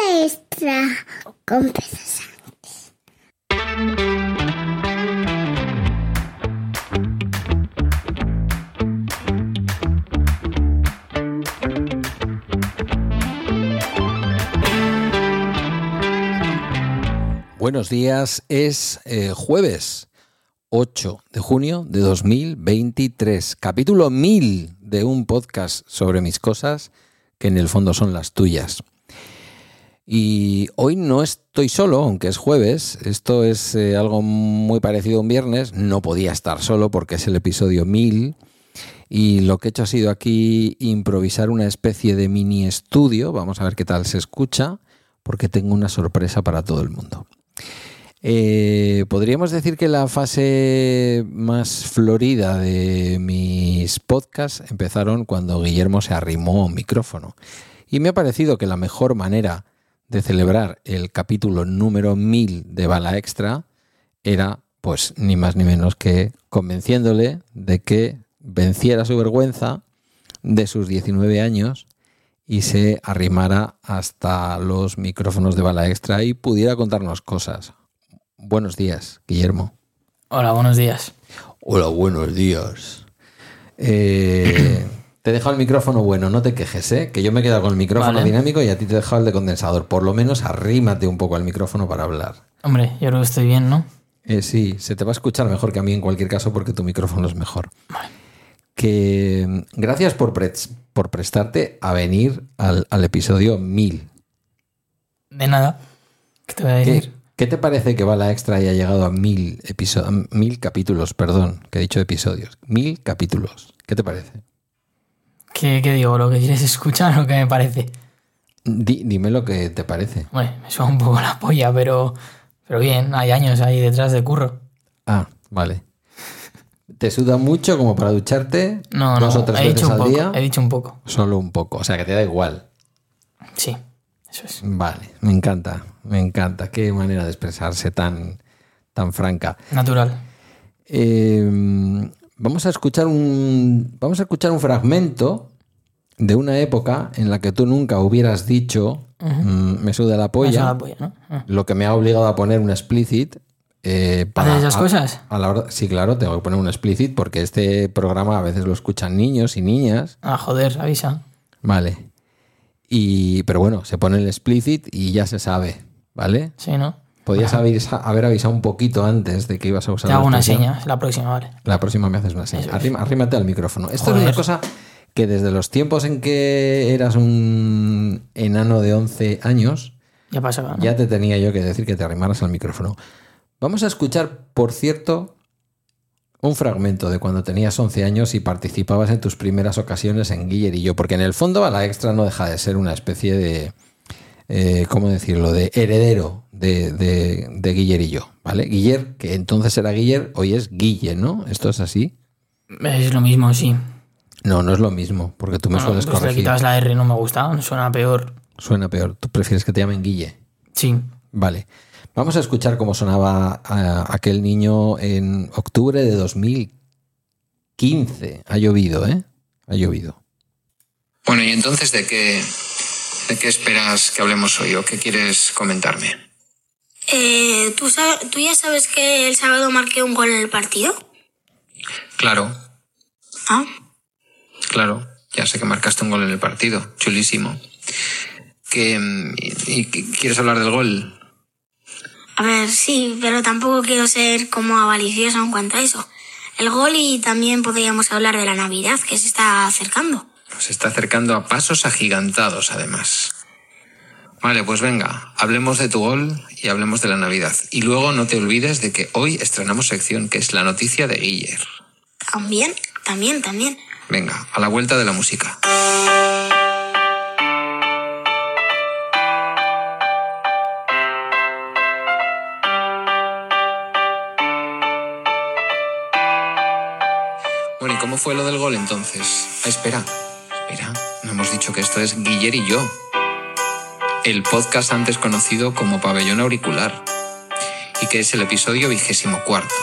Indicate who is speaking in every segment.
Speaker 1: nuestra compensación.
Speaker 2: Buenos días, es eh, jueves 8 de junio de 2023, capítulo 1000 de un podcast sobre mis cosas, que en el fondo son las tuyas. Y hoy no estoy solo, aunque es jueves, esto es eh, algo muy parecido a un viernes, no podía estar solo porque es el episodio 1000 y lo que he hecho ha sido aquí improvisar una especie de mini estudio, vamos a ver qué tal se escucha, porque tengo una sorpresa para todo el mundo. Eh, podríamos decir que la fase más florida de mis podcasts empezaron cuando Guillermo se arrimó a un micrófono. Y me ha parecido que la mejor manera de celebrar el capítulo número 1000 de Bala Extra era, pues, ni más ni menos que convenciéndole de que venciera su vergüenza de sus 19 años y se arrimara hasta los micrófonos de Bala Extra y pudiera contarnos cosas. Buenos días, Guillermo.
Speaker 3: Hola, buenos días.
Speaker 2: Hola, buenos días. Eh, te he dejado el micrófono bueno, no te quejes, ¿eh? Que yo me he quedado con el micrófono
Speaker 3: Vale.
Speaker 2: dinámico y a ti te he dejado el de condensador. Por lo menos arrímate un poco al micrófono para hablar.
Speaker 3: Hombre, yo creo que estoy bien, ¿no?
Speaker 2: Eh, sí, se te va a escuchar mejor que a mí en cualquier caso porque tu micrófono es mejor. Que mm, gracias por, pre- por prestarte a venir al, al episodio 1000.
Speaker 3: De nada. ¿Qué te voy a decir?
Speaker 2: ¿Qué, qué te parece que Bala Extra haya llegado a 1000 episo- a mil capítulos? Perdón, que he dicho episodios. 1000 capítulos. ¿Qué te parece?
Speaker 3: ¿Qué, qué digo? ¿Lo que quieres escuchar o lo que me parece?
Speaker 2: Di- dime lo que te parece.
Speaker 3: Hombre, me suena un poco la polla, pero, pero bien, hay años ahí detrás de curro.
Speaker 2: Ah, vale. ¿Te suda mucho como para ducharte?
Speaker 3: No,
Speaker 2: dos
Speaker 3: no,
Speaker 2: o tres
Speaker 3: he
Speaker 2: veces
Speaker 3: dicho un
Speaker 2: al
Speaker 3: poco.
Speaker 2: día.
Speaker 3: He dicho un poco.
Speaker 2: Solo un poco. O sea, que te da igual.
Speaker 3: Sí, eso es.
Speaker 2: Vale, me encanta, me encanta. Qué manera de expresarse tan, tan franca.
Speaker 3: Natural.
Speaker 2: Eh, vamos a escuchar un. Vamos a escuchar un fragmento de una época en la que tú nunca hubieras dicho mm, me suda la
Speaker 3: Me
Speaker 2: polla.
Speaker 3: suena la polla, ¿no? Ah.
Speaker 2: Lo que me ha obligado a poner un explicit. eh, para-
Speaker 3: ¿Haces esas
Speaker 2: a-
Speaker 3: cosas?
Speaker 2: a la hora- sí, claro, tengo que poner un explicit porque este programa a veces lo escuchan niños y niñas.
Speaker 3: Ah, joder, avisa.
Speaker 2: Vale. Y, pero bueno, se pone el explicit y ya se sabe, ¿vale?
Speaker 3: Sí, ¿no?
Speaker 2: Podías avisa- haber avisado un poquito antes de que ibas a usar
Speaker 3: Te hago
Speaker 2: la
Speaker 3: una
Speaker 2: expresión.
Speaker 3: seña, la próxima, vale.
Speaker 2: La próxima me haces una seña. Arrim- arrímate al micrófono. Esto es
Speaker 3: Joder.
Speaker 2: una cosa que desde los tiempos en que eras un enano de 11 años,
Speaker 3: Ya pasaba, ¿no?
Speaker 2: ya te tenía yo que decir que te arrimaras al micrófono. Vamos a escuchar, por cierto, un fragmento de cuando tenías 11 años y participabas en tus primeras ocasiones en Guiller y yo, porque en el fondo a la extra no deja de ser una especie de, eh, ¿cómo decirlo?, de heredero de, de, de Guiller y yo, ¿vale? Guiller, que entonces era Guiller, hoy es Guille, ¿no? ¿Esto es así?
Speaker 3: Es lo mismo, sí.
Speaker 2: No, no es lo mismo, porque tú me
Speaker 3: Bueno,
Speaker 2: sueles
Speaker 3: pues le
Speaker 2: corregir.
Speaker 3: quitabas la R, no me gusta, suena peor.
Speaker 2: Suena peor, tú prefieres que te llamen Guille.
Speaker 3: Sí.
Speaker 2: Vale. Vamos a escuchar cómo sonaba ah, aquel niño en octubre de 2015. Ha llovido, ¿eh? Ha llovido.
Speaker 4: Bueno, y entonces, ¿de qué, ¿de qué esperas que hablemos hoy o qué quieres comentarme?
Speaker 5: Eh, ¿tú, sab- ¿Tú ya sabes que el sábado marqué un gol en el partido?
Speaker 4: Claro,
Speaker 5: Ah,
Speaker 4: claro, ya sé que marcaste un gol en el partido, chulísimo. Que, mm, y, y que- ¿Quieres hablar del gol?
Speaker 5: a ver, sí, pero tampoco quiero ser como avariciosa en cuanto a eso. El gol y también podríamos hablar de la Navidad que se está acercando.
Speaker 4: Se está acercando a pasos agigantados, además. Vale, pues venga, hablemos de tu gol y hablemos de la Navidad. Y luego no te olvides de que hoy estrenamos sección que es la noticia de Guiller.
Speaker 5: También, también, también.
Speaker 4: Venga, a la vuelta de la música. Bueno, ¿y cómo fue lo del gol entonces? Ah, espera, espera, no hemos dicho que esto es Guiller y yo. El podcast antes conocido como Pabellón Auricular. Y que es el episodio vigésimo cuarto.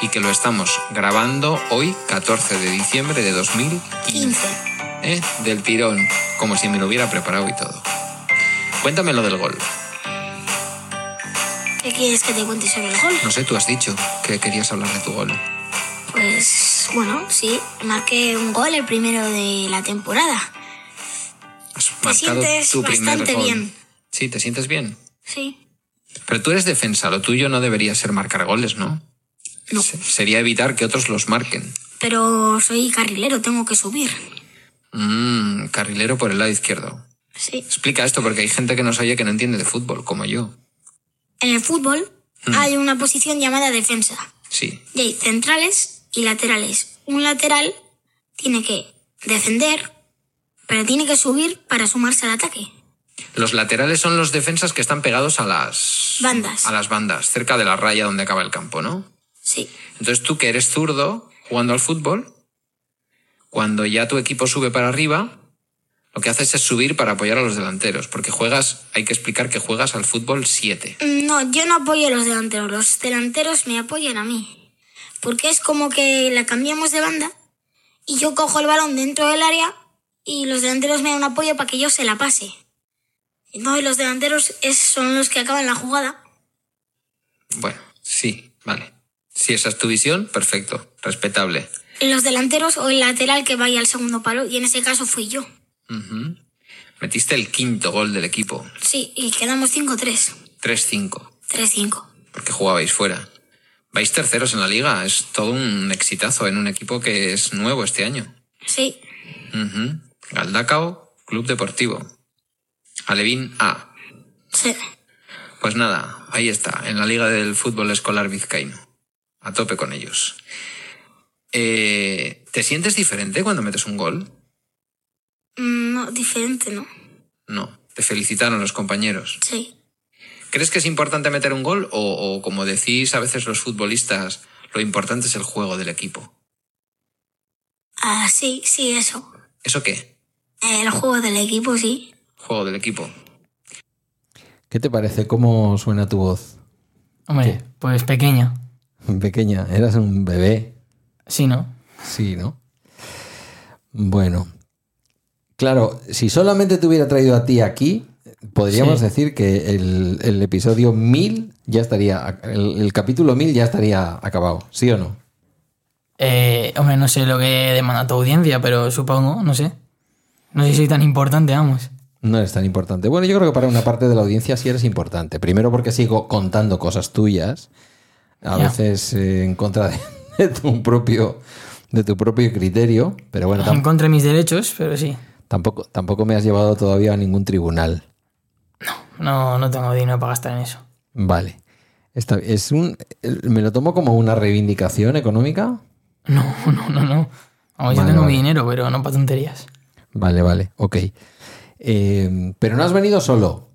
Speaker 4: Y que lo estamos grabando hoy, 14 de diciembre de 2015.
Speaker 5: 15.
Speaker 4: ¿Eh? Del tirón, como si me lo hubiera preparado y todo. Cuéntame lo del gol.
Speaker 5: ¿Qué quieres que te cuente sobre el gol?
Speaker 4: No sé, tú has dicho que querías hablar de tu gol.
Speaker 5: Pues bueno, sí, marqué un gol el primero de la temporada.
Speaker 4: Has marcado
Speaker 5: sientes
Speaker 4: tu primer
Speaker 5: bastante
Speaker 4: gol.
Speaker 5: bien.
Speaker 4: Sí, te sientes bien.
Speaker 5: Sí.
Speaker 4: Pero tú eres defensa, lo tuyo no debería ser marcar goles, ¿no?
Speaker 5: No.
Speaker 4: Se- Sería evitar que otros los marquen.
Speaker 5: Pero soy carrilero, tengo que subir.
Speaker 4: Mm, carrilero por el lado izquierdo.
Speaker 5: Sí.
Speaker 4: Explica esto porque hay gente que nos oye que no entiende de fútbol, como yo.
Speaker 5: En el fútbol hay una posición llamada defensa.
Speaker 4: Sí,
Speaker 5: Y hay centrales y laterales. Un lateral tiene que defender, pero tiene que subir para sumarse al ataque.
Speaker 4: Los laterales son los defensas que están pegados a las
Speaker 5: Bandas.
Speaker 4: A las bandas, cerca de la raya donde acaba el campo, ¿no?
Speaker 5: Sí.
Speaker 4: Entonces tú que eres zurdo jugando al fútbol, cuando ya tu equipo sube para arriba, lo que haces es subir para apoyar a los delanteros, porque juegas, hay que explicar que juegas al fútbol 7.
Speaker 5: No, yo no apoyo a los delanteros. Los delanteros me apoyan a mí. Porque es como que la cambiamos de banda y yo cojo el balón dentro del área y los delanteros me dan un apoyo para que yo se la pase. No, y los delanteros es- son los que acaban la jugada.
Speaker 4: Bueno, sí, vale. Si esa es tu visión, perfecto, respetable.
Speaker 5: Los delanteros o el lateral que vaya al segundo palo y en ese caso fui yo.
Speaker 4: Ujú. Metiste el quinto gol del equipo,
Speaker 5: Sí, y quedamos 5-3.
Speaker 4: 3-5,
Speaker 5: 3-5.
Speaker 4: porque jugabais fuera. Vais terceros en la liga, es todo un exitazo en un equipo que es nuevo este año.
Speaker 5: Sí,
Speaker 4: Ujú. Galdacao, Club Deportivo. Alevín A.
Speaker 5: sí.
Speaker 4: Pues nada, ahí está, en la Liga del Fútbol Escolar Vizcaíno. A tope con ellos. Eh, ¿Te sientes diferente cuando metes un gol?
Speaker 5: Mm, No, diferente, ¿no?
Speaker 4: No, te felicitaron los compañeros.
Speaker 5: Sí.
Speaker 4: ¿Crees que es importante meter un gol o, o como decís a veces los futbolistas, lo importante es el juego del equipo?
Speaker 5: Ah, sí, sí, eso.
Speaker 4: ¿Eso qué?
Speaker 5: El juego del equipo, sí.
Speaker 4: Juego del equipo.
Speaker 2: ¿Qué te parece? ¿Cómo suena tu voz?
Speaker 3: Hombre, pues pequeña.
Speaker 2: Pequeña, eras un bebé.
Speaker 3: Sí, ¿no?
Speaker 2: Sí, ¿no? Bueno. Claro, si solamente te hubiera traído a ti aquí, podríamos
Speaker 3: Sí.
Speaker 2: decir que el, el episodio 1000 ya estaría, el, el capítulo 1000 ya estaría acabado, ¿sí o no?
Speaker 3: Eh, hombre, no sé lo que demanda tu audiencia, pero supongo, no sé. No sé si soy tan importante, vamos.
Speaker 2: No eres tan importante. Bueno, yo creo que para una parte de la audiencia sí eres importante. Primero porque sigo contando cosas tuyas, a
Speaker 3: Ya.
Speaker 2: veces eh, en contra de, de tu propio, de tu propio criterio, pero bueno, tam-
Speaker 3: En contra de mis derechos, pero sí.
Speaker 2: tampoco, tampoco me has llevado todavía a ningún tribunal.
Speaker 3: No, no tengo dinero para gastar en eso.
Speaker 2: Vale. Está- es un, el- me lo tomo como una reivindicación económica.
Speaker 3: No, no, no, no. Vamos, yo
Speaker 2: Vale,
Speaker 3: tengo
Speaker 2: vale.
Speaker 3: mi dinero, pero no para tonterías.
Speaker 2: Vale, vale, ok. Eh, pero no has venido solo.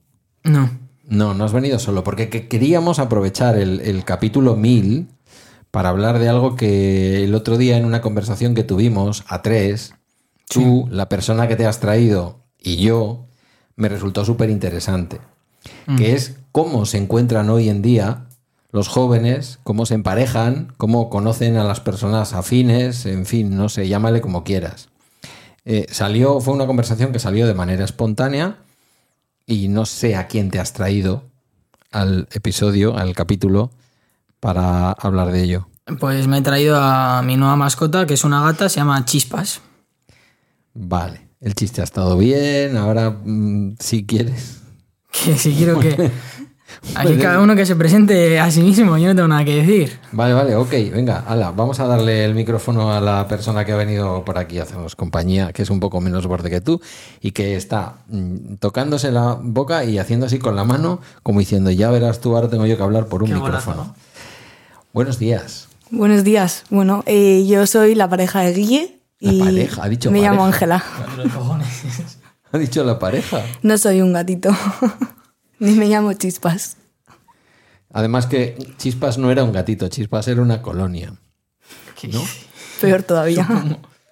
Speaker 3: No.
Speaker 2: No, no has venido solo, porque que- queríamos aprovechar el, el capítulo 1000 para hablar de algo que el otro día en una conversación que tuvimos a tres, tú, la persona que te has traído y yo, me resultó súper interesante, que es cómo se encuentran hoy en día los jóvenes, cómo se emparejan, cómo conocen a las personas afines, en fin, no sé, llámale como quieras. Eh, salió, fue una conversación que salió de manera espontánea y no sé a quién te has traído al episodio, al capítulo, para hablar de ello.
Speaker 3: Pues me he traído a mi nueva mascota, que es una gata, se llama Chispas.
Speaker 2: Vale, el chiste ha estado bien, ahora mm, si quieres.
Speaker 3: Que si quiero que.
Speaker 2: Pues
Speaker 3: Aquí cada uno que se presente a sí mismo, yo no tengo nada que decir.
Speaker 2: Vale, vale, ok, venga, ala, vamos a darle el micrófono a la persona que ha venido por aquí a hacernos compañía, que es un poco menos borde que tú y que está mm, tocándose la boca y haciendo así con la mano, como diciendo, ya verás tú, ahora tengo yo que hablar por un
Speaker 3: Qué golazo,
Speaker 2: micrófono. Buenos días.
Speaker 6: Buenos días. Bueno, eh, yo soy la pareja de Guille y
Speaker 2: La pareja, ha dicho
Speaker 6: me llamo
Speaker 2: pareja.
Speaker 6: Ángela.
Speaker 2: Ha dicho la pareja.
Speaker 6: No soy un gatito, ni me llamo Chispas.
Speaker 2: Además que Chispas no era un gatito, Chispas era una colonia.
Speaker 3: ¿No?
Speaker 6: Peor todavía.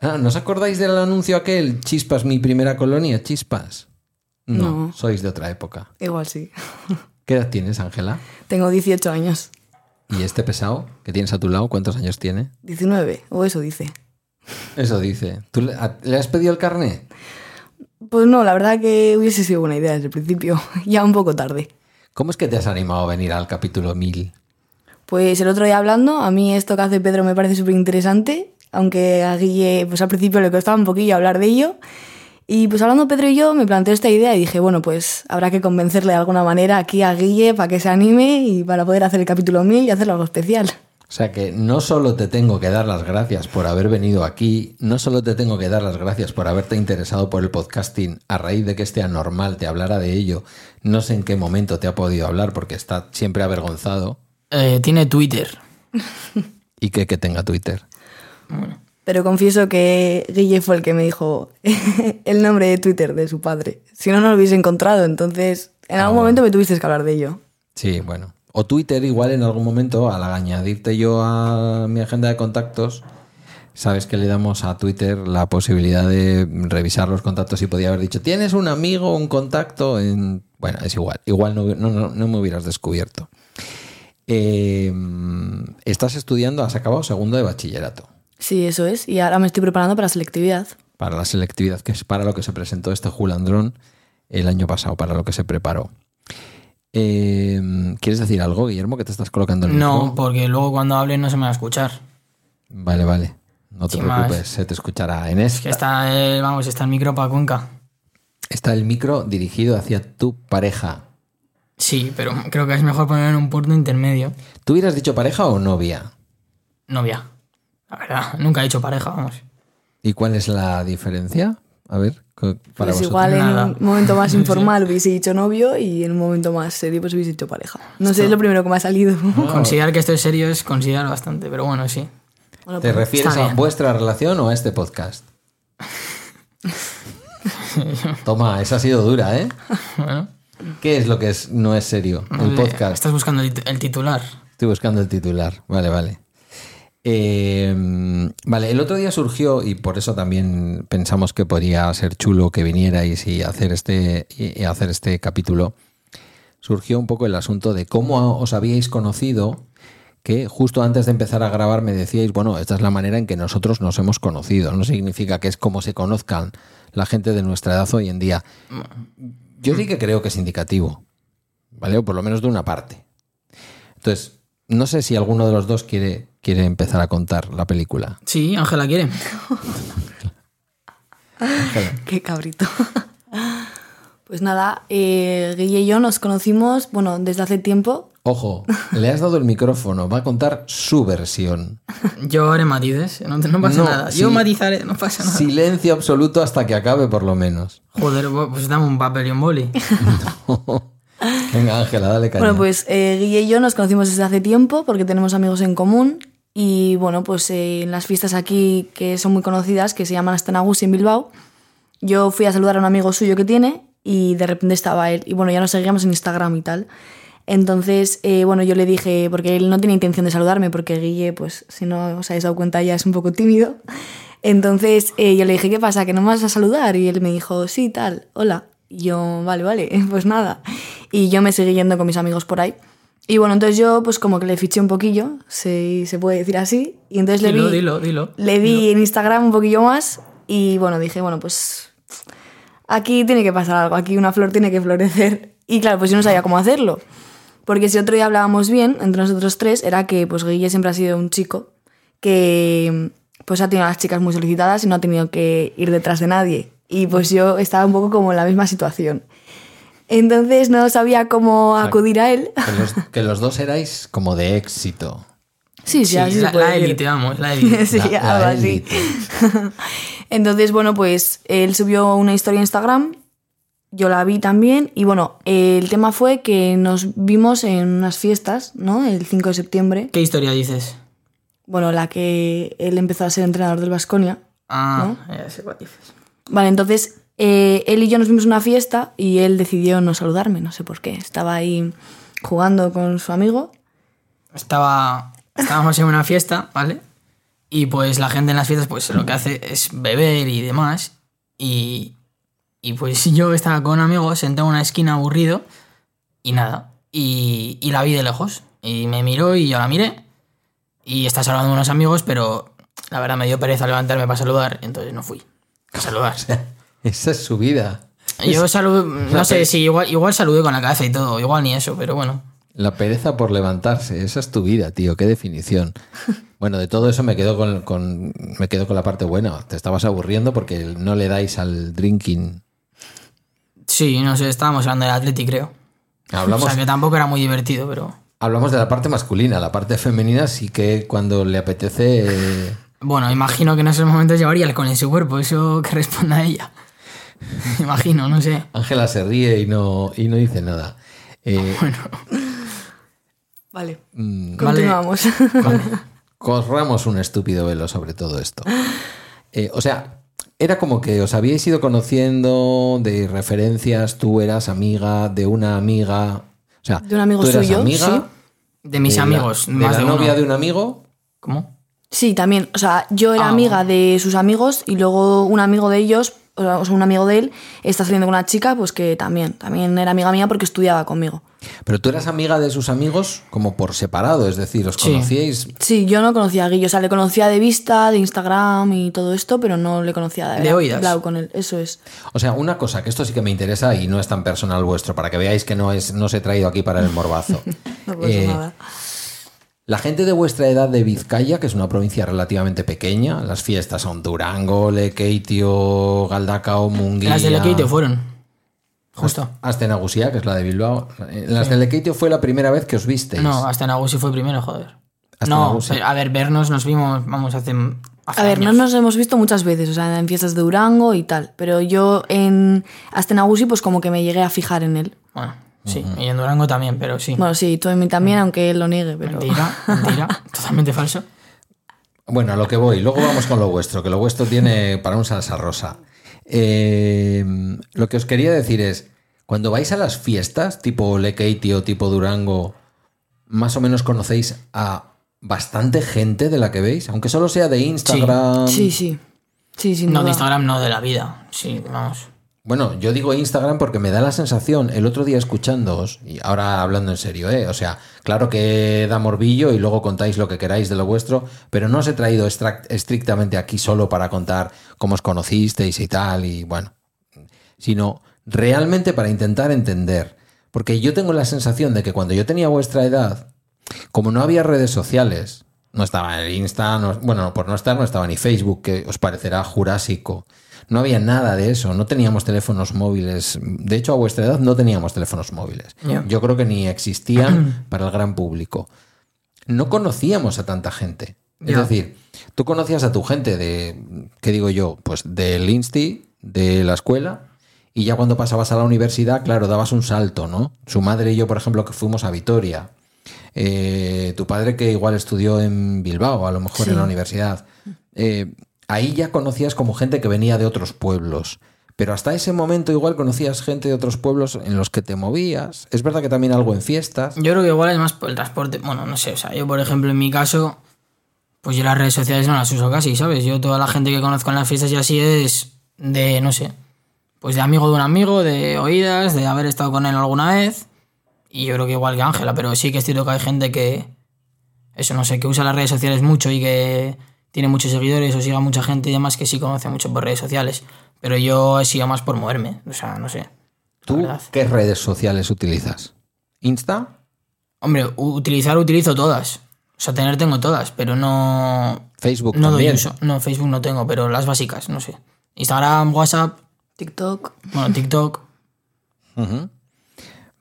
Speaker 2: Ah, ¿no os acordáis del anuncio aquel? Chispas, mi primera colonia, Chispas. No,
Speaker 6: No.
Speaker 2: sois de otra época.
Speaker 6: Igual sí.
Speaker 2: ¿Qué edad tienes, Ángela?
Speaker 6: Tengo 18 años.
Speaker 2: ¿Y este pesado que tienes a tu lado, cuántos años tiene?
Speaker 6: 19, o eso dice.
Speaker 2: Eso dice. ¿Tú le, a- le has pedido el carnet?
Speaker 6: Pues no, la verdad que hubiese sido buena idea desde el principio. Ya un poco tarde.
Speaker 2: ¿Cómo es que te has animado a venir al capítulo 1000?
Speaker 6: Pues el otro día hablando, a mí esto que hace Pedro me parece súper interesante, aunque a Guille pues al principio le costaba un poquillo hablar de ello. Y pues hablando Pedro y yo me planteó esta idea y dije, bueno, pues habrá que convencerle de alguna manera aquí a Guille para que se anime y para poder hacer el capítulo 1000 y hacerlo algo especial.
Speaker 2: O sea que no solo te tengo que dar las gracias por haber venido aquí, no solo te tengo que dar las gracias por haberte interesado por el podcasting a raíz de que este anormal te hablara de ello, no sé en qué momento te ha podido hablar porque está siempre avergonzado
Speaker 3: Eh, tiene Twitter.
Speaker 2: y que, que tenga Twitter.
Speaker 6: Pero confieso que Guille fue el que me dijo el nombre de Twitter de su padre. Si no, no lo hubiese encontrado. Entonces, en algún momento me tuviste que hablar de ello.
Speaker 2: Sí, bueno. O Twitter igual en algún momento, al añadirte yo a mi agenda de contactos, sabes que le damos a Twitter la posibilidad de revisar los contactos y podía haber dicho, ¿tienes un amigo, un contacto? En... Bueno, es igual, igual no, no- no- no me hubieras descubierto. Eh, estás estudiando, has acabado segundo de bachillerato
Speaker 6: Sí, eso es. Y ahora me estoy preparando para selectividad.
Speaker 2: para la selectividad, que es para lo que se presentó este Julandrón el año pasado, para lo que se preparó. Eh, ¿Quieres decir algo, Guillermo, que te estás colocando el
Speaker 3: No,
Speaker 2: micro?
Speaker 3: porque luego cuando hable no se me va a escuchar.
Speaker 2: Vale, vale. No te
Speaker 3: Sin más.
Speaker 2: preocupes, se te escuchará. En
Speaker 3: Es
Speaker 2: esta
Speaker 3: que está el, vamos, está el micro para Cuenca.
Speaker 2: está el micro dirigido hacia tu pareja.
Speaker 3: Sí, pero creo que es mejor poner en un puerto intermedio.
Speaker 2: ¿Tú hubieras dicho pareja o novia?
Speaker 3: Novia. La verdad, nunca he hecho pareja, vamos.
Speaker 2: ¿Y cuál es la diferencia? A ver, co- para
Speaker 6: pues
Speaker 2: vosotros.
Speaker 6: igual en
Speaker 3: Nada.
Speaker 6: un momento más informal hubiese dicho novio y en un momento más serio pues hubiese dicho pareja. No sé, es lo primero que me ha salido.
Speaker 2: Oh.
Speaker 3: Considerar que esto es serio es considerar bastante, pero bueno, sí.
Speaker 6: Bueno,
Speaker 2: ¿Te
Speaker 6: pues,
Speaker 2: refieres
Speaker 3: está
Speaker 2: a
Speaker 3: bien.
Speaker 2: vuestra relación o a este podcast? Toma, esa ha sido dura, ¿eh?
Speaker 3: Bueno,
Speaker 2: ¿Qué es lo que es, no es serio? El
Speaker 3: vale,
Speaker 2: podcast.
Speaker 3: Eh, Estás buscando el, tit- el titular.
Speaker 2: Estoy buscando el titular. Vale, vale. Eh, vale, el otro día surgió, y por eso también pensamos que podría ser chulo que vinierais y hacer este, y y hacer este capítulo. Surgió un poco el asunto de cómo os habíais conocido, que justo antes de empezar a grabar me decíais, bueno, esta es la manera en que nosotros nos hemos conocido. No significa que es como se conozcan la gente de nuestra edad hoy en día. Yo sí que creo que es indicativo, ¿vale? O por lo menos de una parte. Entonces, no sé si alguno de los dos quiere, quiere empezar a contar la película.
Speaker 3: Sí, Ángela quiere.
Speaker 6: Qué cabrito. Pues nada, eh, Guille y yo nos conocimos, bueno, desde hace tiempo.
Speaker 2: Ojo, le has dado el micrófono, va a contar su versión.
Speaker 3: Yo haré matices, no, no pasa
Speaker 2: No,
Speaker 3: nada.
Speaker 2: sí.
Speaker 3: Yo matizaré, no pasa nada.
Speaker 2: Silencio absoluto hasta que acabe, por lo menos.
Speaker 3: Joder, bo- pues dame un papel y un boli.
Speaker 2: Venga, Ángela, dale caña.
Speaker 6: Bueno, pues eh, Guille y yo nos conocimos desde hace tiempo porque tenemos amigos en común. Y bueno, pues eh, en las fiestas aquí que son muy conocidas, que se llaman Astanagus en Bilbao, yo fui a saludar a un amigo suyo que tiene y de repente estaba él. Y bueno, ya nos seguíamos en Instagram y tal. Entonces, eh, bueno, yo le dije, porque él no tenía intención de saludarme, porque Guille, pues si no os habéis dado cuenta, ya es un poco tímido. Entonces eh, yo le dije, ¿qué pasa? ¿Que no me vas a saludar? Y él me dijo, sí, tal, hola. Y yo, vale, vale, pues nada. Y yo me seguí yendo con mis amigos por ahí. Y bueno, entonces yo pues como que le fiché un poquillo, si se puede decir así. Y entonces le
Speaker 3: Dilo,
Speaker 6: vi...
Speaker 3: dilo, dilo.
Speaker 6: Le vi en Instagram un poquillo más y bueno, dije, bueno, pues aquí tiene que pasar algo, aquí una flor tiene que florecer. Y claro, pues yo no sabía cómo hacerlo. Porque si otro día hablábamos bien, entre nosotros tres, era que pues Guille siempre ha sido un chico que pues ha tenido a las chicas muy solicitadas y no ha tenido que ir detrás de nadie. Y pues yo estaba un poco como en la misma situación. Entonces no sabía cómo acudir a él.
Speaker 2: que, los, que los dos erais como de éxito.
Speaker 6: Sí,
Speaker 3: Sí,
Speaker 6: sí, así se
Speaker 3: la,
Speaker 6: puede
Speaker 3: la
Speaker 6: decir.
Speaker 3: élite, vamos, la élite.
Speaker 6: Sí,
Speaker 2: La- la
Speaker 6: algo así.
Speaker 2: élite.
Speaker 6: Entonces, bueno, pues él subió una historia a Instagram, yo la vi también, y bueno, el tema fue que nos vimos en unas fiestas, ¿no? El 5 de septiembre,
Speaker 3: ¿Qué historia dices?
Speaker 6: bueno, la que él empezó a ser entrenador del Vasconia.
Speaker 3: Ah, ya sé cuál dices.
Speaker 6: Vale, entonces eh, él y yo nos vimos en una fiesta y él decidió no saludarme, no sé por qué, estaba ahí jugando con su amigo.
Speaker 3: Estaba, estábamos en una fiesta, ¿vale? Y pues la gente en las fiestas pues lo que hace es beber y demás. Y, y pues yo estaba con un amigo sentado en una esquina aburrido y nada. Y, y la vi de lejos. Y me miró y yo la miré. Y está saludando a unos amigos, pero la verdad me dio pereza levantarme para saludar, entonces no fui. A saludar.
Speaker 2: Esa es su vida.
Speaker 3: Yo saludé, no sé, si igual, igual saludé con la cabeza y todo, igual ni eso, pero bueno.
Speaker 2: La pereza por levantarse, esa es tu vida, tío, qué definición. Bueno, de todo eso me quedo con, con- me quedo con la parte buena. Te estabas aburriendo porque no le dais al drinking.
Speaker 3: Sí, no sé, estábamos hablando del Atleti, creo.
Speaker 2: Hablamos,
Speaker 3: O sea, que tampoco era muy divertido, pero...
Speaker 2: hablamos de la parte masculina, la parte femenina sí que cuando le apetece... eh,
Speaker 3: Bueno, imagino que en esos momentos llevaría alcohol en su cuerpo, eso que responda a ella. imagino, no sé.
Speaker 2: Ángela se ríe y no, y no dice nada.
Speaker 3: Ah,
Speaker 2: Eh,
Speaker 6: Vale.
Speaker 2: mm,
Speaker 6: Continuamos.
Speaker 2: corramos un estúpido velo sobre todo esto. Eh, o sea, era como que os habíais ido conociendo de referencias, tú eras amiga de una amiga. O sea,
Speaker 6: De un amigo
Speaker 2: tú eras
Speaker 6: suyo,
Speaker 2: amiga
Speaker 6: sí.
Speaker 3: De mis
Speaker 2: de la-
Speaker 3: amigos,
Speaker 2: de
Speaker 3: más
Speaker 2: la
Speaker 3: de uno.
Speaker 2: novia de un amigo.
Speaker 3: ¿Cómo?
Speaker 6: Sí, también. O sea, yo era
Speaker 3: Ah,
Speaker 6: amiga de sus amigos y luego un amigo de ellos, o sea, un amigo de él, está saliendo con una chica, pues que también, también era amiga mía porque estudiaba conmigo.
Speaker 2: Pero tú eras amiga de sus amigos como por separado, es decir, os
Speaker 3: Sí.
Speaker 2: conocíais.
Speaker 6: Sí, yo no conocía a Guillo, o sea, le conocía de vista, de Instagram y todo esto, pero no le conocía de,
Speaker 3: De
Speaker 6: haber
Speaker 3: oídas.
Speaker 6: hablado con él, eso es.
Speaker 2: O sea, una cosa que esto sí que me interesa y no es tan personal vuestro, para que veáis que no, es, no os he traído aquí para el morbazo.
Speaker 6: No pasa
Speaker 2: Eh,
Speaker 6: nada.
Speaker 2: La gente de vuestra edad de Vizcaya, que es una provincia relativamente pequeña, las fiestas son Durango, Lequeitio, Galdacao, Munguía.
Speaker 3: Las de Lequeitio fueron. Justo.
Speaker 2: Hasta en Agusía, que es la de Bilbao. Eh, Las de Lequeitio fue la primera vez que os visteis.
Speaker 3: No, hasta Nagusi fue primero, joder.
Speaker 2: Hasta
Speaker 3: no,
Speaker 2: Nagusi.
Speaker 3: pero, a ver, vernos nos vimos, vamos, hace. hace
Speaker 6: A ver, no
Speaker 3: años.
Speaker 6: nos hemos visto muchas veces, o sea, en fiestas de Durango y tal, pero yo en Astenagusi pues como que me llegué a fijar en él.
Speaker 3: Bueno, sí, y en Durango también, pero sí.
Speaker 6: Bueno, sí, tú en mí también, aunque él lo niegue, pero...
Speaker 3: Mm. Mentira, mentira, totalmente falso.
Speaker 2: Bueno, a lo que voy. Luego vamos con lo vuestro, que lo vuestro tiene para un salsa rosa. Eh, lo que os quería decir es, cuando vais a las fiestas, tipo Lequeitio, tipo Durango, más o menos conocéis a bastante gente de la que veis, aunque solo sea de Instagram.
Speaker 6: Sí, sí. Sí, sin
Speaker 3: No,
Speaker 6: duda.
Speaker 3: de Instagram no, de la vida. Sí, vamos.
Speaker 2: Bueno, yo digo Instagram porque me da la sensación, el otro día escuchándoos, y ahora hablando en serio, ¿eh? o sea, claro que da morbillo y luego contáis lo que queráis de lo vuestro, pero no os he traído extract- estrictamente aquí solo para contar cómo os conocisteis y tal, y bueno, sino realmente para intentar entender. Porque yo tengo la sensación de que cuando yo tenía vuestra edad, como no había redes sociales, no estaba el Insta, no- bueno, por no estar no estaba ni Facebook, que os parecerá jurásico. No había nada de eso, no teníamos teléfonos móviles. De hecho, a vuestra edad no teníamos teléfonos móviles.
Speaker 3: Ya.
Speaker 2: Yo creo que ni existían para el gran público. No conocíamos a tanta gente. Es
Speaker 3: Ya.
Speaker 2: decir, tú conocías a tu gente de, ¿qué digo yo? Pues del Insti, de la escuela, y ya cuando pasabas a la universidad, claro, dabas un salto, ¿no? Su madre y yo, por ejemplo, que fuimos a Vitoria. Eh, tu padre que igual estudió en Bilbao, a lo mejor en la universidad. Eh, ahí ya conocías como gente que venía de otros pueblos. Pero hasta ese momento igual conocías gente de otros pueblos en los que te movías. Es verdad que también algo en fiestas.
Speaker 3: Yo creo que igual es más por el transporte. Bueno, no sé, o sea, yo por ejemplo en mi caso, pues yo las redes sociales no las uso casi, ¿sabes? Yo toda la gente que conozco en las fiestas y así es de, no sé, pues de amigo de un amigo, de oídas, de haber estado con él alguna vez. Y yo creo que igual que Ángela, pero sí que es cierto que hay gente que, eso no sé, que usa las redes sociales mucho y que tiene muchos seguidores o sigue a mucha gente y demás que sí conoce mucho por redes sociales. Pero yo he sido más por moverme, o sea, no sé.
Speaker 2: ¿Tú
Speaker 3: verdad.
Speaker 2: qué redes sociales utilizas? ¿Insta?
Speaker 3: Hombre, u- utilizar utilizo todas. O sea, tener tengo todas, pero no.
Speaker 2: ¿Facebook
Speaker 3: No doy
Speaker 2: también?
Speaker 3: uso. No, Facebook no tengo, pero las básicas, no sé. Instagram, WhatsApp,
Speaker 6: TikTok.
Speaker 3: bueno, TikTok.
Speaker 2: Ujú.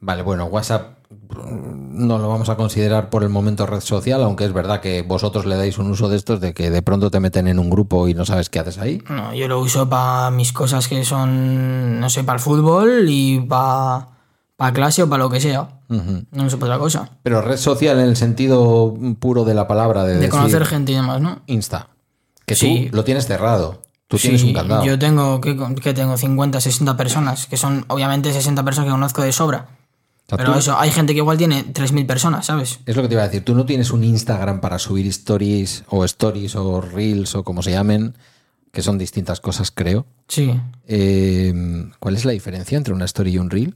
Speaker 2: Vale, bueno, WhatsApp mm, no lo vamos a considerar por el momento red social, aunque es verdad que vosotros le dais un uso de estos de que de pronto te meten en un grupo y no sabes qué haces ahí.
Speaker 3: No, yo lo uso para mis cosas que son, no sé, para el fútbol y para pa clase o para lo que sea. No sé, para otra cosa.
Speaker 2: Pero red social en el sentido puro de la palabra, de,
Speaker 3: De
Speaker 2: decir
Speaker 3: conocer gente y demás, ¿no?
Speaker 2: Insta. Que
Speaker 3: Sí.
Speaker 2: tú lo tienes cerrado. Tú tienes
Speaker 3: Sí,
Speaker 2: un candado.
Speaker 3: Yo tengo, que, que tengo 50, 60 personas, que son obviamente 60 personas que conozco de sobra.
Speaker 2: O sea,
Speaker 3: Pero
Speaker 2: tú-
Speaker 3: eso, hay gente que igual tiene 3.000 personas, ¿sabes?
Speaker 2: Es lo que te iba a decir. Tú no tienes un Instagram para subir stories o stories o reels o como se llamen, que son distintas cosas, creo.
Speaker 3: Sí.
Speaker 2: Eh, ¿Cuál es la diferencia entre una story y un reel?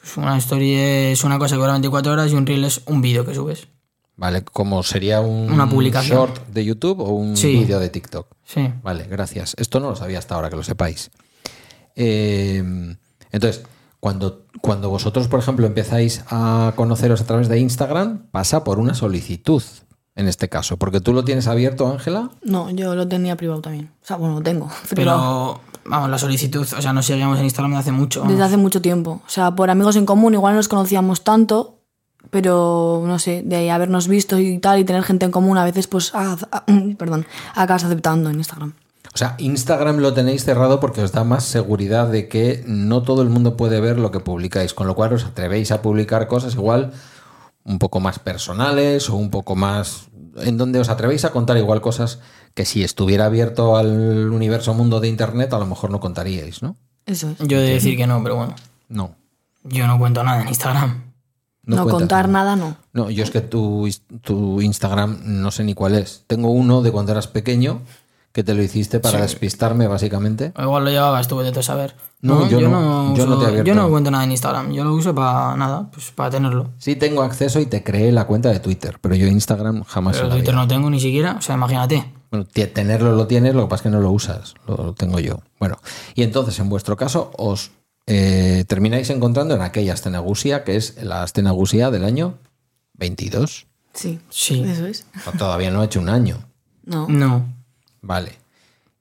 Speaker 3: Pues una story es una cosa que dura 24 horas y un reel es un vídeo que subes.
Speaker 2: Vale, como sería un
Speaker 3: Una publicación.
Speaker 2: short de YouTube o un
Speaker 3: Sí.
Speaker 2: vídeo de TikTok.
Speaker 3: Sí.
Speaker 2: Vale, gracias. Esto no lo sabía hasta ahora, que lo sepáis. Eh, Entonces, cuando, cuando vosotros, por ejemplo, empezáis a conoceros a través de Instagram, pasa por una solicitud, en este caso. Porque tú lo tienes abierto, Ángela.
Speaker 6: No, yo lo tenía privado también. O sea, bueno, lo tengo.
Speaker 3: Pero,
Speaker 6: privado.
Speaker 3: vamos, la solicitud, o sea, nos seguíamos en Instagram de hace mucho.
Speaker 6: Desde
Speaker 3: vamos.
Speaker 6: hace mucho tiempo. O sea, por amigos en común, igual no nos conocíamos tanto, pero no sé, de habernos visto y tal, y tener gente en común, a veces pues, ah, ah, mm, perdón, acabas aceptando en Instagram.
Speaker 2: O sea, Instagram lo tenéis cerrado porque os da más seguridad de que no todo el mundo puede ver lo que publicáis, con lo cual os atrevéis a publicar cosas igual un poco más personales o un poco más en donde os atrevéis a contar igual cosas que si estuviera abierto al universo mundo de internet a lo mejor no contaríais, ¿no?
Speaker 6: Eso es.
Speaker 3: Yo he de decir que no, pero bueno,
Speaker 2: No.
Speaker 3: yo no cuento nada en Instagram.
Speaker 6: No,
Speaker 2: cuentas
Speaker 6: contar nada, no.
Speaker 2: No, yo es que tu, is- tu Instagram no sé ni cuál es. Tengo uno de cuando eras pequeño que te lo hiciste para despistarme básicamente.
Speaker 3: O igual lo llevabas tú, vete tú a saber.
Speaker 2: No, yo no, yo no
Speaker 3: uso-
Speaker 2: te he abierto.
Speaker 3: yo no cuento nada en Instagram, yo lo uso para nada, pues para tenerlo.
Speaker 2: Sí tengo acceso y te creé la cuenta de Twitter, pero yo Instagram jamás
Speaker 3: Pero
Speaker 2: en la
Speaker 3: Twitter
Speaker 2: vida.
Speaker 3: no tengo ni siquiera, o sea, imagínate.
Speaker 2: Bueno, te- tenerlo lo tienes, lo que pasa es que no lo usas, lo, lo tengo yo. Bueno, y entonces en vuestro caso os eh, termináis encontrando en aquella Astenagusia, que es la Astenagusia del año 22.
Speaker 6: Sí.
Speaker 3: Sí. Mm.
Speaker 6: Eso es.
Speaker 2: O Todavía no ha hecho un año,
Speaker 6: No.
Speaker 3: No,
Speaker 2: vale.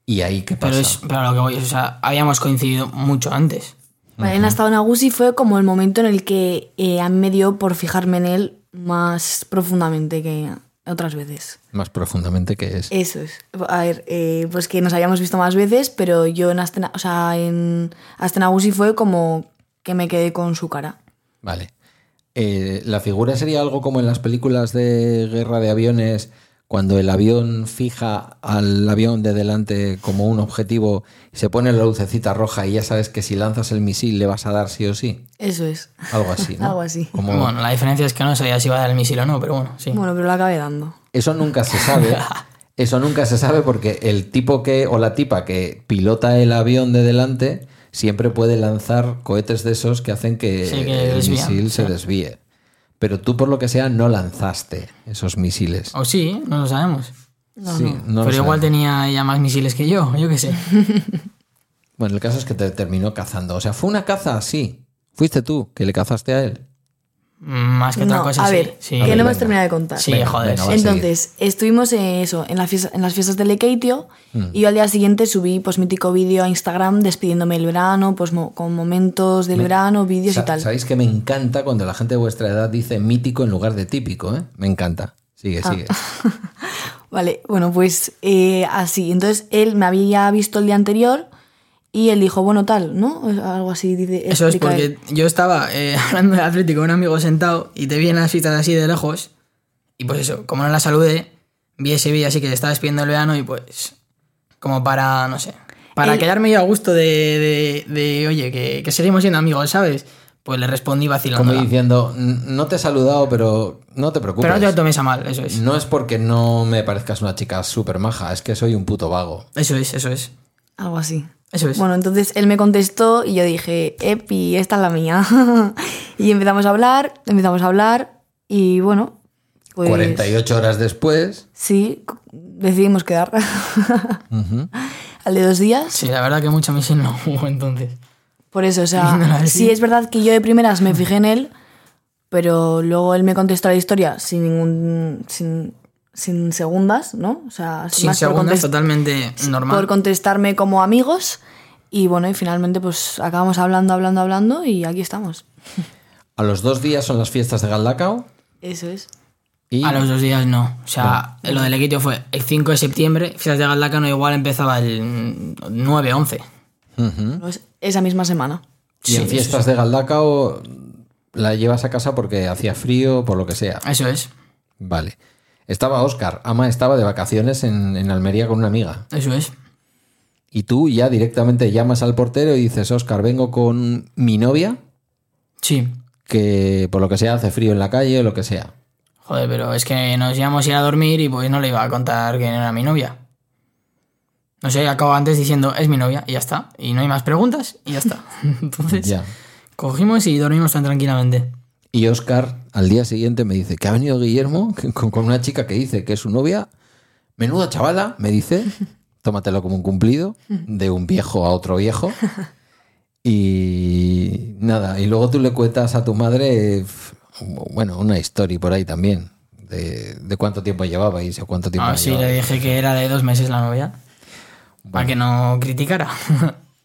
Speaker 2: ¿Y ahí qué pasa?
Speaker 3: pero es pero a lo que voy, o sea, habíamos coincidido mucho antes.
Speaker 6: Vale, en Hasta Agusi fue como el momento en el que eh, a mí me dio por fijarme en él más profundamente que otras veces.
Speaker 2: Más profundamente que es.
Speaker 6: Eso es. A ver, eh, pues que nos habíamos visto más veces, pero yo en Astena, o sea, en Astana Agusi fue como que me quedé con su cara.
Speaker 2: Vale. Eh, la figura sería algo como en las películas de guerra de aviones, cuando el avión fija al avión de delante como un objetivo y se pone la lucecita roja y ya sabes que si lanzas el misil le vas a dar sí o sí.
Speaker 6: Eso es.
Speaker 2: Algo así, ¿no?
Speaker 6: Algo así.
Speaker 2: Como-
Speaker 3: Bueno, la diferencia es que no sabía si iba a dar el misil o no, pero bueno, sí.
Speaker 6: Bueno, pero lo acabé dando.
Speaker 2: Eso nunca se sabe. Eso nunca se sabe porque el tipo que o la tipa que pilota el avión de delante siempre puede lanzar cohetes de esos que hacen que,
Speaker 3: Sí, que
Speaker 2: el
Speaker 3: desvían,
Speaker 2: misil se
Speaker 3: sí.
Speaker 2: desvíe. Pero tú por lo que sea no lanzaste esos misiles.
Speaker 3: O sí, ¿eh? no lo sabemos.
Speaker 2: Sí, no lo
Speaker 3: pero
Speaker 2: sabemos.
Speaker 3: igual tenía ella más misiles que yo, yo qué sé.
Speaker 2: Bueno, el caso es que te terminó cazando. O sea, fue una caza, sí. Fuiste tú que le cazaste a él. Mm.
Speaker 3: Más que otra
Speaker 6: No,
Speaker 3: cosa,
Speaker 6: a
Speaker 3: sí,
Speaker 6: ver,
Speaker 3: sí.
Speaker 6: que no
Speaker 2: Venga.
Speaker 6: hemos terminado de contar.
Speaker 3: Sí, joder,
Speaker 2: venga, va a seguir.
Speaker 6: Entonces, estuvimos en eso, en, la fiesta- en las fiestas de Lekeitio,
Speaker 3: Mm.
Speaker 6: y yo al día siguiente subí pues mítico vídeo a Instagram despidiéndome el verano, pues mo- con momentos del verano, vídeos y
Speaker 2: Sa-
Speaker 6: tal.
Speaker 2: Sabéis que me encanta cuando la gente de vuestra edad dice mítico en lugar de típico, ¿eh? Me encanta. Sigue,
Speaker 6: Ah.
Speaker 2: sigue.
Speaker 6: Vale, bueno, pues eh, así. Entonces, él me había visto el día anterior y él dijo, bueno, tal, ¿no? Algo así dice.
Speaker 3: Eso es
Speaker 6: explica
Speaker 3: porque
Speaker 6: él.
Speaker 3: yo estaba eh, hablando de Atlético con un amigo sentado y te vi en las fiestas así de lejos. Y pues eso, como no la saludé, vi ese vídeo así que te estaba despidiendo el verano y pues. Como para, no sé. Para
Speaker 6: El-
Speaker 3: quedarme yo a gusto de, de- de, oye, que, que seguimos siendo amigos, ¿sabes? Pues le respondí
Speaker 2: Como
Speaker 3: vacilando.
Speaker 2: diciendo, "N- no te he saludado, pero no te preocupes.
Speaker 3: Pero no te lo tomes a mal, eso es.
Speaker 2: No es porque no me parezcas una chica súper maja, es que soy un puto vago.
Speaker 3: Eso es, eso es.
Speaker 6: Algo así.
Speaker 3: Eso es.
Speaker 6: Bueno, entonces él me contestó y yo dije, Epi, esta es la mía. y empezamos a hablar, empezamos a hablar y bueno, pues...
Speaker 2: 48 horas después,
Speaker 6: Sí, cu- decidimos quedar. Al de dos días.
Speaker 3: Sí, la verdad que mucha misil no hubo entonces.
Speaker 6: Por eso, o
Speaker 3: Viéndolo
Speaker 6: sea,
Speaker 3: así.
Speaker 6: sí es verdad que yo de primeras me fijé en él, pero luego él me contestó la historia sin ningún... sin, sin segundas, ¿no? O sea, sin
Speaker 3: Sin
Speaker 6: más por
Speaker 3: segundas,
Speaker 6: contest-
Speaker 3: totalmente normal.
Speaker 6: por contestarme como amigos. Y bueno, y finalmente pues acabamos hablando, hablando, hablando y aquí estamos.
Speaker 2: a los dos días son las fiestas de Galdacao
Speaker 6: Eso es.
Speaker 2: y
Speaker 3: A los dos días no. O sea, lo del equipo fue el 5 de septiembre, fiestas de Galdacano igual empezaba el 9-11.
Speaker 6: Pues, esa misma semana.
Speaker 2: Y en
Speaker 3: Sí,
Speaker 2: fiestas de Galdacao la llevas a casa porque hacía frío, por lo que sea.
Speaker 3: Eso es,
Speaker 2: Vale. Estaba Oscar, Ama estaba de vacaciones en, en Almería con una amiga.
Speaker 3: eso es.
Speaker 2: Y tú ya directamente llamas al portero y dices, Oscar, vengo con mi novia,
Speaker 3: Sí.
Speaker 2: que por lo que sea hace frío en la calle o lo que sea.
Speaker 3: Joder, pero es que nos íbamos a ir a dormir y pues no le iba a contar que era mi novia. No sé, acabo antes diciendo es mi novia y ya está. Y no hay más preguntas y ya está. Entonces,
Speaker 2: Ya.
Speaker 3: cogimos y dormimos tan tranquilamente.
Speaker 2: Y Oscar al día siguiente me dice que ha venido Guillermo que- con, con una chica que dice que es su novia. Menuda chavala, me dice. Tómatelo como un cumplido de un viejo a otro viejo. Y nada, y luego tú le cuentas a tu madre, eh, f- bueno, una historia por ahí también, de, de cuánto tiempo llevabais o cuánto tiempo
Speaker 3: Ah, sí,
Speaker 2: llevabais.
Speaker 3: le dije que era de dos meses la novia. Para que no criticara.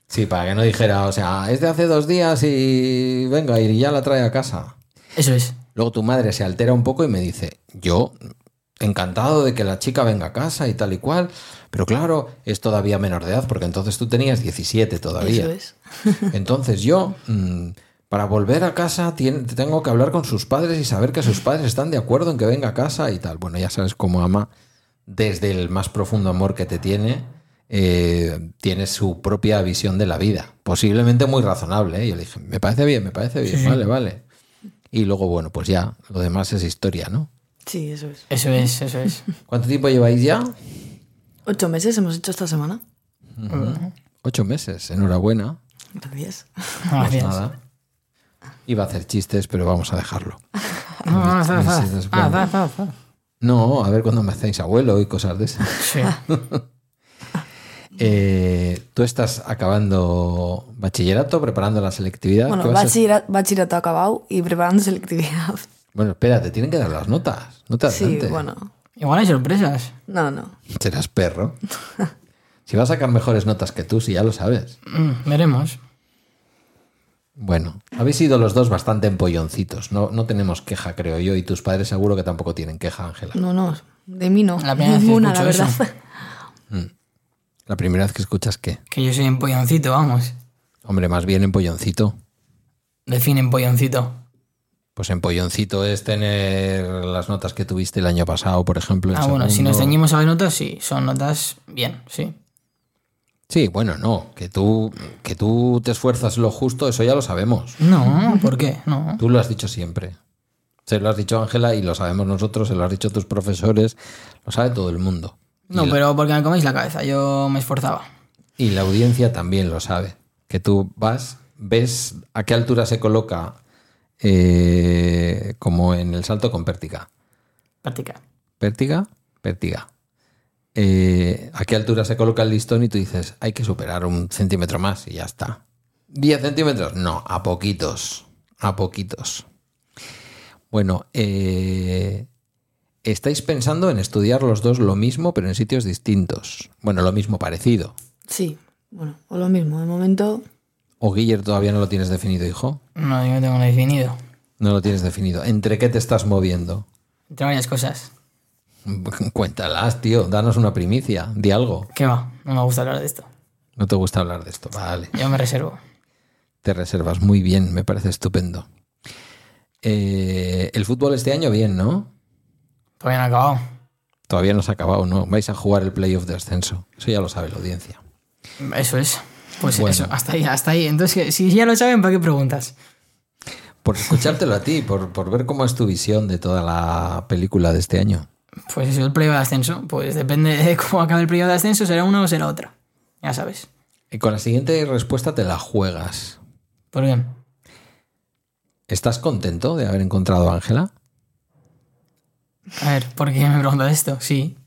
Speaker 2: Sí, para que no dijera, o sea, es de hace dos días y venga, y ya la trae a casa.
Speaker 3: Eso es.
Speaker 2: Luego tu madre se altera un poco y me dice, yo encantado de que la chica venga a casa y tal y cual, pero claro, es todavía menor de edad, porque entonces tú tenías 17 todavía.
Speaker 6: Eso es.
Speaker 2: Entonces yo, mm, para volver a casa, tien- tengo que hablar con sus padres y saber que sus padres están de acuerdo en que venga a casa y tal. Bueno, ya sabes cómo ama, desde el más profundo amor que te tiene, eh, tiene su propia visión de la vida. Posiblemente muy razonable. ¿eh? Yo le dije, me parece bien, me parece bien, vale, vale. Y luego, bueno, pues ya, lo demás es historia, ¿no?
Speaker 6: Sí, eso es.
Speaker 3: Eso es, eso es.
Speaker 2: ¿Cuánto tiempo lleváis ya?
Speaker 6: Ocho meses hemos hecho esta semana.
Speaker 2: Ocho meses, enhorabuena.
Speaker 6: Gracias.
Speaker 2: Pues
Speaker 3: Gracias.
Speaker 2: nada. Iba a hacer chistes, pero vamos a dejarlo.
Speaker 3: Ah, ah, ah,
Speaker 2: Meses,
Speaker 3: ah,
Speaker 2: bueno.
Speaker 3: ah, ah, ah.
Speaker 2: No, a ver cuándo me hacéis abuelo y cosas de esas.
Speaker 3: Sí.
Speaker 2: Eh, Tú estás acabando bachillerato, preparando la selectividad. ¿Qué
Speaker 6: Bueno,
Speaker 2: vas a-
Speaker 6: bachillera- bachillerato acabado y preparando selectividad.
Speaker 2: Bueno, espérate, tienen que dar las notas. No te
Speaker 6: Sí,
Speaker 2: adelantes.
Speaker 6: bueno.
Speaker 3: Igual hay sorpresas.
Speaker 6: No, no.
Speaker 2: Serás perro. Si va a sacar mejores notas que tú, si ya lo sabes.
Speaker 3: Mm, veremos.
Speaker 2: Bueno, habéis sido los dos bastante empolloncitos. No, no tenemos queja, creo yo, y tus padres seguro que tampoco tienen queja, Ángela.
Speaker 6: Pues No, no. De mí no.
Speaker 3: La primera vez que
Speaker 6: Ninguna, la
Speaker 3: escucho
Speaker 6: verdad.
Speaker 3: eso.
Speaker 2: La primera vez que escuchas qué.
Speaker 3: Que yo soy empolloncito, vamos.
Speaker 2: Hombre, más bien empolloncito.
Speaker 3: Define empolloncito.
Speaker 2: Pues empolloncito es tener las notas que tuviste el año pasado, por ejemplo. el
Speaker 3: Ah, bueno, si nos
Speaker 2: segundo.
Speaker 3: ceñimos a las notas, sí. Son notas bien, sí.
Speaker 2: Sí, bueno, no, que tú, que tú te esfuerzas lo justo, eso ya lo sabemos.
Speaker 3: No, ¿por qué? No.
Speaker 2: Tú lo has dicho siempre. Se lo has dicho Ángela y lo sabemos nosotros, se lo has dicho tus profesores, lo sabe todo el mundo. Y
Speaker 3: No,
Speaker 2: la-
Speaker 3: pero porque me coméis la cabeza. Yo me esforzaba.
Speaker 2: Y la audiencia también lo sabe. Que tú vas, ves a qué altura se coloca eh, como en el salto con pértiga.
Speaker 3: Práctica.
Speaker 2: Pértiga, pértiga. Eh, a qué altura se coloca el listón y tú dices, hay que superar un centímetro más y ya está. ¿10 centímetros? No, a poquitos, a poquitos. Bueno, eh, estáis pensando en estudiar los dos lo mismo, pero en sitios distintos. Bueno, lo mismo parecido.
Speaker 6: Sí. Bueno, o lo mismo. De momento,
Speaker 2: ¿O Guiller todavía no lo tienes definido, hijo?
Speaker 3: No, yo no tengo nada definido.
Speaker 2: No lo tienes definido. ¿Entre qué te estás moviendo?
Speaker 3: Entre varias cosas.
Speaker 2: Cuéntalas, tío. Danos una primicia. Di algo.
Speaker 3: ¿Qué va? No me gusta hablar de esto.
Speaker 2: No te gusta hablar de esto. Vale.
Speaker 3: Yo me reservo.
Speaker 2: Te reservas muy bien, me parece estupendo. Eh, el fútbol este año bien, ¿no?
Speaker 3: Todavía no he acabado.
Speaker 2: Todavía no se ha acabado, ¿no? Vais a jugar el playoff de ascenso. Eso ya lo sabe la audiencia.
Speaker 3: Eso es. Pues
Speaker 2: Bueno.
Speaker 3: eso, hasta ahí, hasta ahí. Entonces, si ya lo saben, ¿para qué preguntas?
Speaker 2: Por escuchártelo a ti, por, por ver cómo es tu visión de toda la película de este año.
Speaker 3: Pues eso, el playoff de ascenso. Pues depende de cómo acabe el playoff de ascenso, será una o será otra. Ya sabes.
Speaker 2: Y con la siguiente respuesta te la juegas.
Speaker 3: Por bien.
Speaker 2: ¿Estás contento de haber encontrado a Ángela?
Speaker 3: A ver, ¿por qué me preguntas esto? Sí.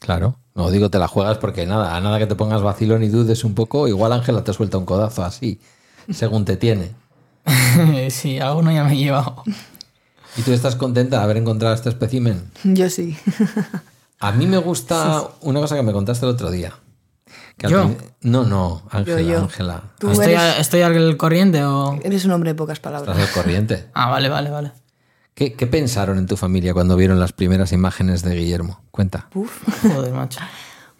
Speaker 2: Claro. No digo te la juegas porque nada, a nada que te pongas vacilón y dudes un poco, igual Ángela te suelta un codazo así, según te tiene.
Speaker 3: sí, alguno ya me he llevado.
Speaker 2: ¿Y tú estás contenta de haber encontrado este espécimen?
Speaker 6: yo sí.
Speaker 2: A mí me gusta una cosa que me contaste el otro día. Que al
Speaker 3: ¿Yo?
Speaker 2: prin- No, no, Ángela,
Speaker 6: yo.
Speaker 2: Ángela.
Speaker 6: Tú
Speaker 2: Ángela,
Speaker 3: ¿Estoy,
Speaker 6: eres-
Speaker 3: a- estoy al corriente o...?
Speaker 6: Eres un hombre de pocas
Speaker 2: Estás
Speaker 6: palabras.
Speaker 2: al corriente.
Speaker 3: Ah, vale, vale, vale.
Speaker 2: ¿Qué, qué pensaron en tu familia cuando vieron las primeras imágenes de Guillermo? Cuenta.
Speaker 3: Joder, macho.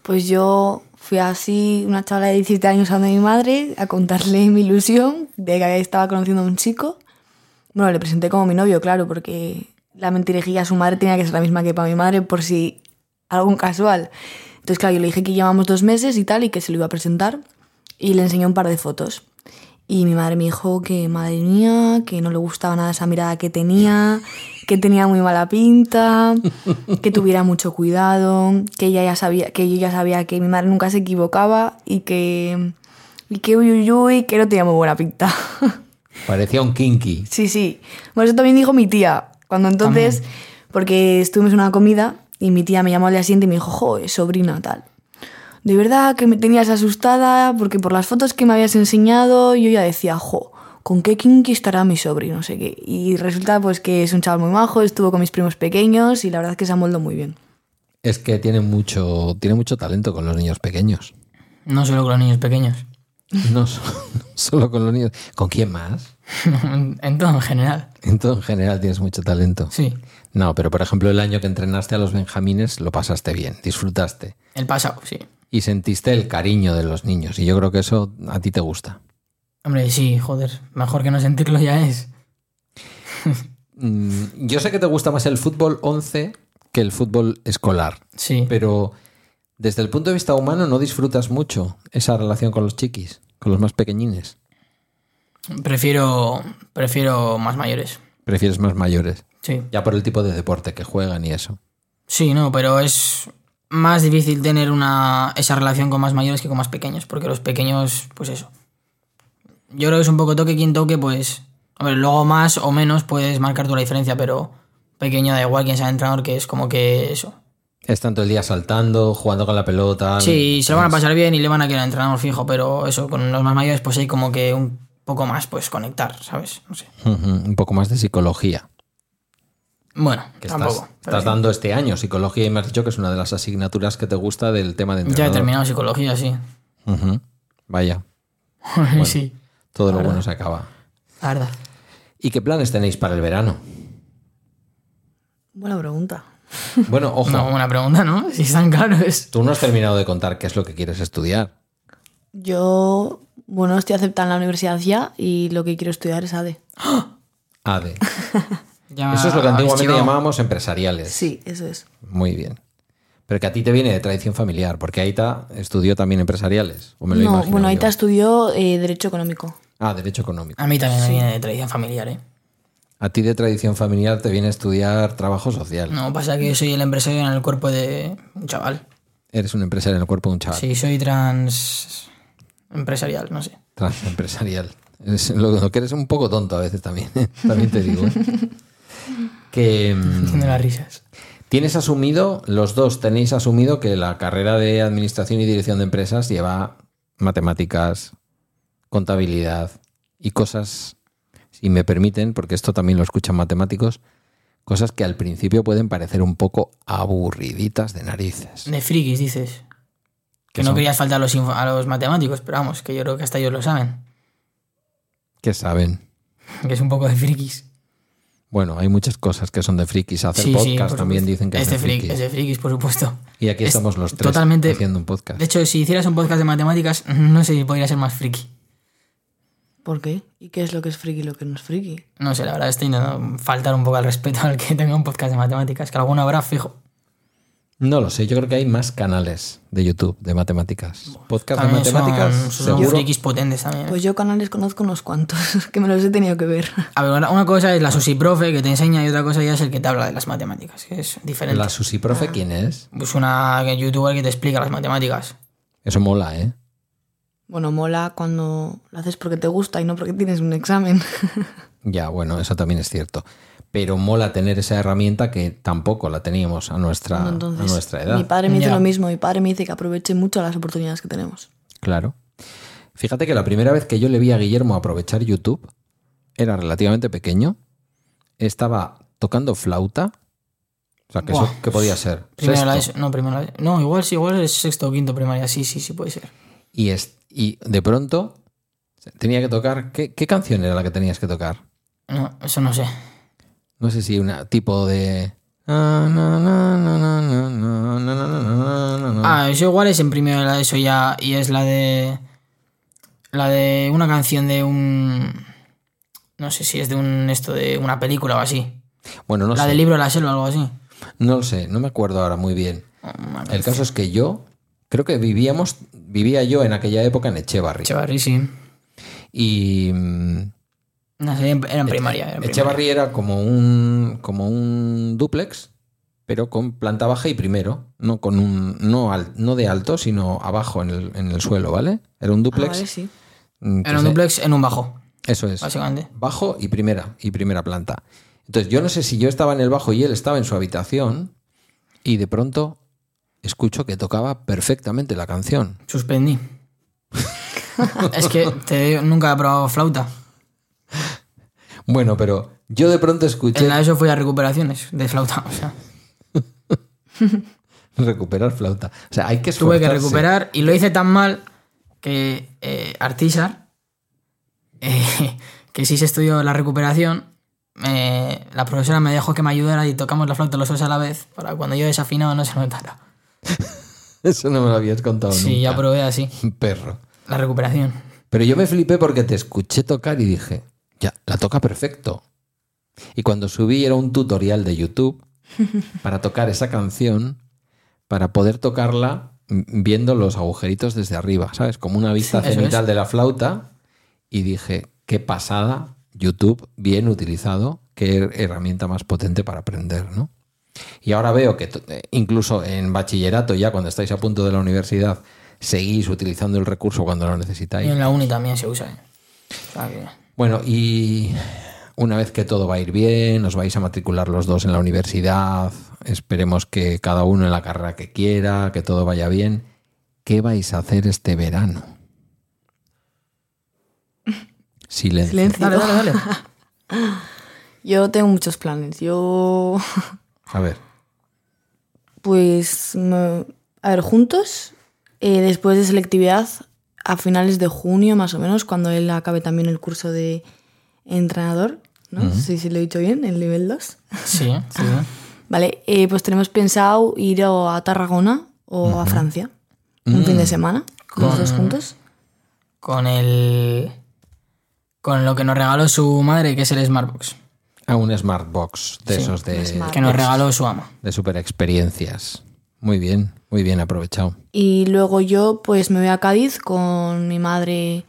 Speaker 6: Pues yo fui así, una chavala de 17 años, a donde mi madre a contarle mi ilusión de que estaba conociendo a un chico. Bueno, le presenté como mi novio, claro, porque la mentirejilla a su madre tenía que ser la misma que para mi madre, por si algún casual. Entonces, claro, yo le dije que llevamos dos meses y tal, y que se lo iba a presentar. Y le enseñé un par de fotos. Y mi madre me dijo que, madre mía, que no le gustaba nada esa mirada que tenía, que tenía muy mala pinta, que tuviera mucho cuidado, que ella ya sabía, que yo ya sabía que mi madre nunca se equivocaba y que, y que uy, uy, uy, que no tenía muy buena pinta.
Speaker 2: Parecía un kinky.
Speaker 6: Sí, sí. Bueno, eso también dijo mi tía. Cuando entonces, porque estuvimos en una comida y mi tía me llamó al día siguiente y me dijo, jo, sobrina, tal. de verdad que me tenías asustada porque por las fotos que me habías enseñado yo ya decía, jo, ¿con qué kinky estará mi sobrino? No sé qué. Y resulta pues que es un chaval muy majo, estuvo con mis primos pequeños y la verdad es que se amoldó muy bien.
Speaker 2: Es que tiene mucho, tiene mucho talento con los niños pequeños.
Speaker 3: No solo con los niños pequeños.
Speaker 2: No so- no solo con los niños. ¿Con quién más?
Speaker 3: en todo en general.
Speaker 2: En todo en general tienes mucho talento.
Speaker 3: Sí.
Speaker 2: No, pero por ejemplo, el año que entrenaste a los benjamines lo pasaste bien, disfrutaste
Speaker 3: El pasado, sí.
Speaker 2: y sentiste el cariño de los niños. Y yo creo que eso a ti te gusta.
Speaker 3: Hombre, sí, joder. Mejor que no sentirlo ya es.
Speaker 2: Mm, Yo sé que te gusta más el fútbol 11 que el fútbol escolar,
Speaker 3: Sí.
Speaker 2: pero desde el punto de vista humano no disfrutas mucho esa relación con los chiquis, con los más pequeñines.
Speaker 3: Prefiero. Prefiero más mayores.
Speaker 2: Prefieres más mayores,
Speaker 3: Sí.
Speaker 2: ya por el tipo de deporte que juegan y eso.
Speaker 3: Sí, no, pero es más difícil tener una esa relación con más mayores que con más pequeños, porque los pequeños, pues eso. Yo creo que es un poco toque quien toque, pues. Hombre, luego más o menos puedes marcar tú la diferencia, pero pequeño da igual quien sea entrenador, que es como que eso.
Speaker 2: Están todo el día saltando, jugando con la pelota.
Speaker 3: Sí, se lo van a pasar bien y le van a querer entrenar fijo, pero eso, con los más mayores, pues hay como que un poco más, pues conectar, ¿sabes? No sé.
Speaker 2: Ujú, Un poco más de psicología.
Speaker 3: Bueno,
Speaker 2: que estás,
Speaker 3: tampoco. pero
Speaker 2: estás
Speaker 3: sí.
Speaker 2: dando este año psicología y me has dicho que es una de las asignaturas que te gusta del tema de
Speaker 3: Ya he
Speaker 2: entrenador.
Speaker 3: terminado psicología, sí.
Speaker 2: Ujú. Vaya,
Speaker 3: sí,
Speaker 2: todo lo bueno se acaba.
Speaker 3: la verdad.
Speaker 2: ¿Y qué planes tenéis para el verano?
Speaker 6: Buena pregunta.
Speaker 2: Bueno, ojo,
Speaker 3: No, buena pregunta, ¿no? Si están caros.
Speaker 2: tú no has terminado de contar qué es lo que quieres estudiar.
Speaker 6: Yo, bueno, estoy aceptada en la universidad ya y lo que quiero estudiar es E. AD.
Speaker 2: ADE.
Speaker 3: Ya
Speaker 2: Eso es lo que
Speaker 3: habéis
Speaker 2: antiguamente
Speaker 3: llegado.
Speaker 2: llamábamos empresariales.
Speaker 6: Ah, Sí, eso es.
Speaker 2: Muy bien. Pero que a ti te viene de tradición familiar, porque Aita estudió también empresariales. O me lo
Speaker 6: no,
Speaker 2: imagino
Speaker 6: bueno,
Speaker 2: yo.
Speaker 6: Aita estudió eh, Derecho Económico.
Speaker 2: Ah, Derecho Económico.
Speaker 3: A mí también me viene de tradición familiar, ¿eh?
Speaker 2: A ti de tradición familiar te viene a estudiar trabajo social.
Speaker 3: No, pasa que soy el empresario en el cuerpo de un chaval.
Speaker 2: Eres un empresario en el cuerpo de un chaval.
Speaker 3: Sí, soy trans. empresarial, no sé.
Speaker 2: empresarial. Es lo, lo que eres un poco tonto a veces también, ¿eh? también te digo. ¿eh? que mm,
Speaker 3: Tiene las risas.
Speaker 2: tienes asumido, los dos tenéis asumido que la carrera de administración y dirección de empresas lleva matemáticas, contabilidad y cosas, si me permiten, porque esto también lo escuchan matemáticos, cosas que al principio pueden parecer un poco aburriditas de narices.
Speaker 3: De frikis, dices.
Speaker 2: ¿Qué
Speaker 3: Que no
Speaker 2: son?
Speaker 3: querías faltar a los, inf- a los matemáticos, pero vamos, que yo creo que hasta ellos lo saben.
Speaker 2: ¿Qué saben?
Speaker 3: Que es un poco de frikis.
Speaker 2: Bueno, hay muchas cosas que son de frikis. Hacer podcast
Speaker 3: por
Speaker 2: también
Speaker 3: supuesto.
Speaker 2: dicen que
Speaker 3: es de
Speaker 2: es de
Speaker 3: friki-
Speaker 2: frikis.
Speaker 3: Es de frikis, por supuesto.
Speaker 2: Y aquí
Speaker 3: Es
Speaker 2: estamos los tres
Speaker 3: totalmente-
Speaker 2: haciendo un podcast.
Speaker 3: De hecho, si hicieras un podcast de matemáticas, no sé si podría ser más friki.
Speaker 6: ¿Por qué? ¿Y qué es lo que es friki y lo que no es friki?
Speaker 3: No sé, la verdad estoy intentando faltar un poco al respeto al que tenga un podcast de matemáticas, que alguno habrá fijo.
Speaker 2: No lo sé, yo creo que hay más canales de YouTube de matemáticas. Podcast de
Speaker 3: También son-
Speaker 2: matemáticas,
Speaker 3: son,
Speaker 2: seguro.
Speaker 3: frikis potentes también. ¿eh?
Speaker 6: Pues yo canales conozco unos cuantos que me los he tenido que ver.
Speaker 3: A ver, una una cosa es la Susi Profe que te enseña y otra cosa ya es el que te habla de las matemáticas, que es diferente.
Speaker 2: La Susi Profe, ¿quién
Speaker 3: Ah.
Speaker 2: es?
Speaker 3: Es una youtuber que te explica las matemáticas.
Speaker 2: Eso mola, ¿eh?
Speaker 6: Bueno, mola cuando lo haces porque te gusta y no porque tienes un examen.
Speaker 2: Ya, bueno, eso también es cierto. Pero mola tener esa herramienta que tampoco la teníamos a nuestra,
Speaker 6: Entonces,
Speaker 2: a nuestra edad.
Speaker 6: mi padre me dice
Speaker 3: Ya.
Speaker 6: lo mismo. Mi padre me dice que aproveche mucho las oportunidades que tenemos.
Speaker 2: Claro. Fíjate que la primera vez que yo le vi a Guillermo aprovechar YouTube, era relativamente pequeño, estaba tocando flauta. O sea, que
Speaker 3: Buah.
Speaker 2: eso, ¿qué podía ser?
Speaker 3: Primero la
Speaker 2: Sexto.
Speaker 3: ESO- no, primero la ESO- No, igual sí, igual es sexto o quinto primaria, sí, sí, sí puede ser.
Speaker 2: Y, es, y de pronto tenía que tocar. ¿qué, qué canción era la que tenías que tocar?
Speaker 3: No, eso no sé.
Speaker 2: No sé si una tipo de. Ah,
Speaker 3: Ah, eso igual es en primero de la ESO ya y es la de la de una canción de un no sé si es de un esto de una película o así.
Speaker 2: Bueno, no
Speaker 3: la
Speaker 2: sé.
Speaker 3: del libro de la selva o algo así. Oh,
Speaker 2: No lo sé, no me acuerdo ahora muy bien. El caso es que yo. Creo que vivíamos. Vivía yo en aquella época en Echevarri.
Speaker 3: Echevarri, sí.
Speaker 2: Y. mm,
Speaker 3: No sé, era
Speaker 2: Este,
Speaker 3: en primaria. era en primaria.
Speaker 2: Echevarri era como un, como un dúplex, pero con planta baja y primero, no, con un, no, al- no de alto, sino abajo en el, en el suelo, ¿vale? Era un
Speaker 6: Ah,
Speaker 2: dúplex.
Speaker 6: vale, sí.
Speaker 2: mm, que
Speaker 3: Era un
Speaker 2: se-
Speaker 3: duplex en un bajo,
Speaker 2: Eso es.
Speaker 3: básicamente.
Speaker 2: Bajo y primera, y primera planta. Entonces, yo no sé si yo estaba en el bajo y él estaba en su habitación, y de pronto escucho que tocaba perfectamente la canción.
Speaker 3: Suspendí. es que te digo, nunca he probado flauta.
Speaker 2: Bueno, pero yo de pronto escuché
Speaker 3: En la ESO fui a recuperaciones de flauta. O sea,
Speaker 2: recuperar flauta. O sea, hay que
Speaker 3: tuve que
Speaker 2: esforzarse.
Speaker 3: recuperar y lo hice tan mal que eh, Artisar, eh, que sí se estudió la recuperación, eh, la profesora me dejó que me ayudara y tocamos la flauta los dos a la vez para cuando yo desafinaba no se notara.
Speaker 2: Eso no me lo habías contado
Speaker 3: Sí, ya
Speaker 2: nunca.
Speaker 3: probé así.
Speaker 2: Perro.
Speaker 3: La recuperación.
Speaker 2: Pero yo me flipé porque te escuché tocar y dije, ya, la toca perfecto. Y cuando subí era un tutorial de YouTube para tocar esa canción, para poder tocarla m- viendo los agujeritos desde arriba, ¿sabes? Como una vista
Speaker 3: Sí, eso
Speaker 2: cenital de la flauta. Y dije, qué pasada, YouTube, bien utilizado, qué her- herramienta más potente para aprender, ¿no? Y ahora veo que to- eh, incluso en bachillerato, ya cuando estáis a punto de la universidad, seguís utilizando el recurso cuando lo necesitáis.
Speaker 3: Y en la uni también se usa. ¿eh? O sea que-
Speaker 2: Bueno, y una vez que todo va a ir bien, os vais a matricular los dos en la universidad, esperemos que cada uno en la carrera que quiera, que todo vaya bien. ¿Qué vais a hacer este verano? Silencio.
Speaker 6: Silencio.
Speaker 3: Dale, dale, dale.
Speaker 6: Yo tengo muchos planes. Yo,
Speaker 2: A ver,
Speaker 6: pues, me- a ver, juntos, eh, después de selectividad, a finales de junio más o menos, cuando él acabe también el curso de entrenador, ¿no? Sí, sí, lo he dicho bien, el nivel 2.
Speaker 3: Sí, sí.
Speaker 6: Vale, eh, pues tenemos pensado ir o a Tarragona o a Francia un fin de semana, los dos juntos.
Speaker 3: Con el. Con lo que nos regaló su madre, que es el Smartbox.
Speaker 2: a un Smartbox de esos de,
Speaker 3: Que nos regaló su ama.
Speaker 2: de super experiencias. Muy bien, muy bien aprovechado.
Speaker 6: Y luego yo pues me voy a Cádiz con mi madre,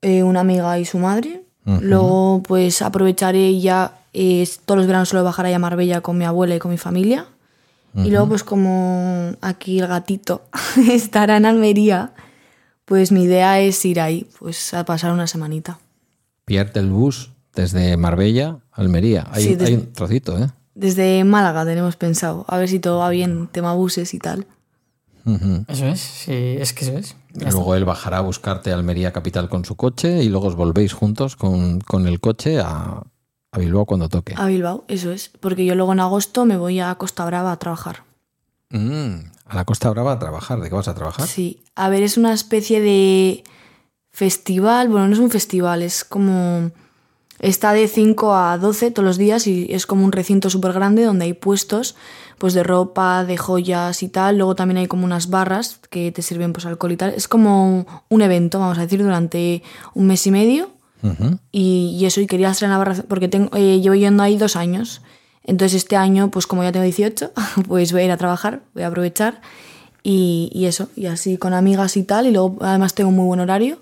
Speaker 6: eh, una amiga y su madre. Luego pues aprovecharé y ya, eh, todos los veranos suelo bajar ahí a Marbella con mi abuela y con mi familia. Y luego pues como aquí el gatito estará en Almería, pues mi idea es ir ahí, pues a pasar una semanita.
Speaker 2: Pillarte el bus desde Marbella, Almería. Hay,
Speaker 6: Sí, desde-
Speaker 2: hay un trocito, ¿eh?
Speaker 6: Desde Málaga tenemos pensado, a ver si todo va bien, tema buses y tal.
Speaker 2: Ujú.
Speaker 3: Eso es, sí, es que eso es.
Speaker 2: Y Luego él bajará a buscarte a Almería Capital con su coche y luego os volvéis juntos con, con el coche a, a Bilbao cuando toque.
Speaker 3: Ah.
Speaker 6: A Bilbao, eso es, porque yo luego en agosto me voy a Costa Brava a trabajar.
Speaker 2: Mm, a la Costa Brava a trabajar. ¿De qué vas a trabajar?
Speaker 6: Sí, a ver, es una especie de festival, bueno, no es un festival, es como... Está de 5 a 12 todos los días y es como un recinto súper grande donde hay puestos pues de ropa, de joyas y tal. Luego también hay como unas barras que te sirven pues alcohol y tal. Es como un evento, vamos a decir, durante un mes y medio.
Speaker 2: Ujú.
Speaker 6: y, y eso, y quería hacer en Navarra, porque tengo, eh, llevo yendo ahí dos años. Entonces este año, pues como ya tengo 18, pues voy a ir a trabajar, voy a aprovechar y, y eso, y así con amigas y tal, y luego además tengo un muy buen horario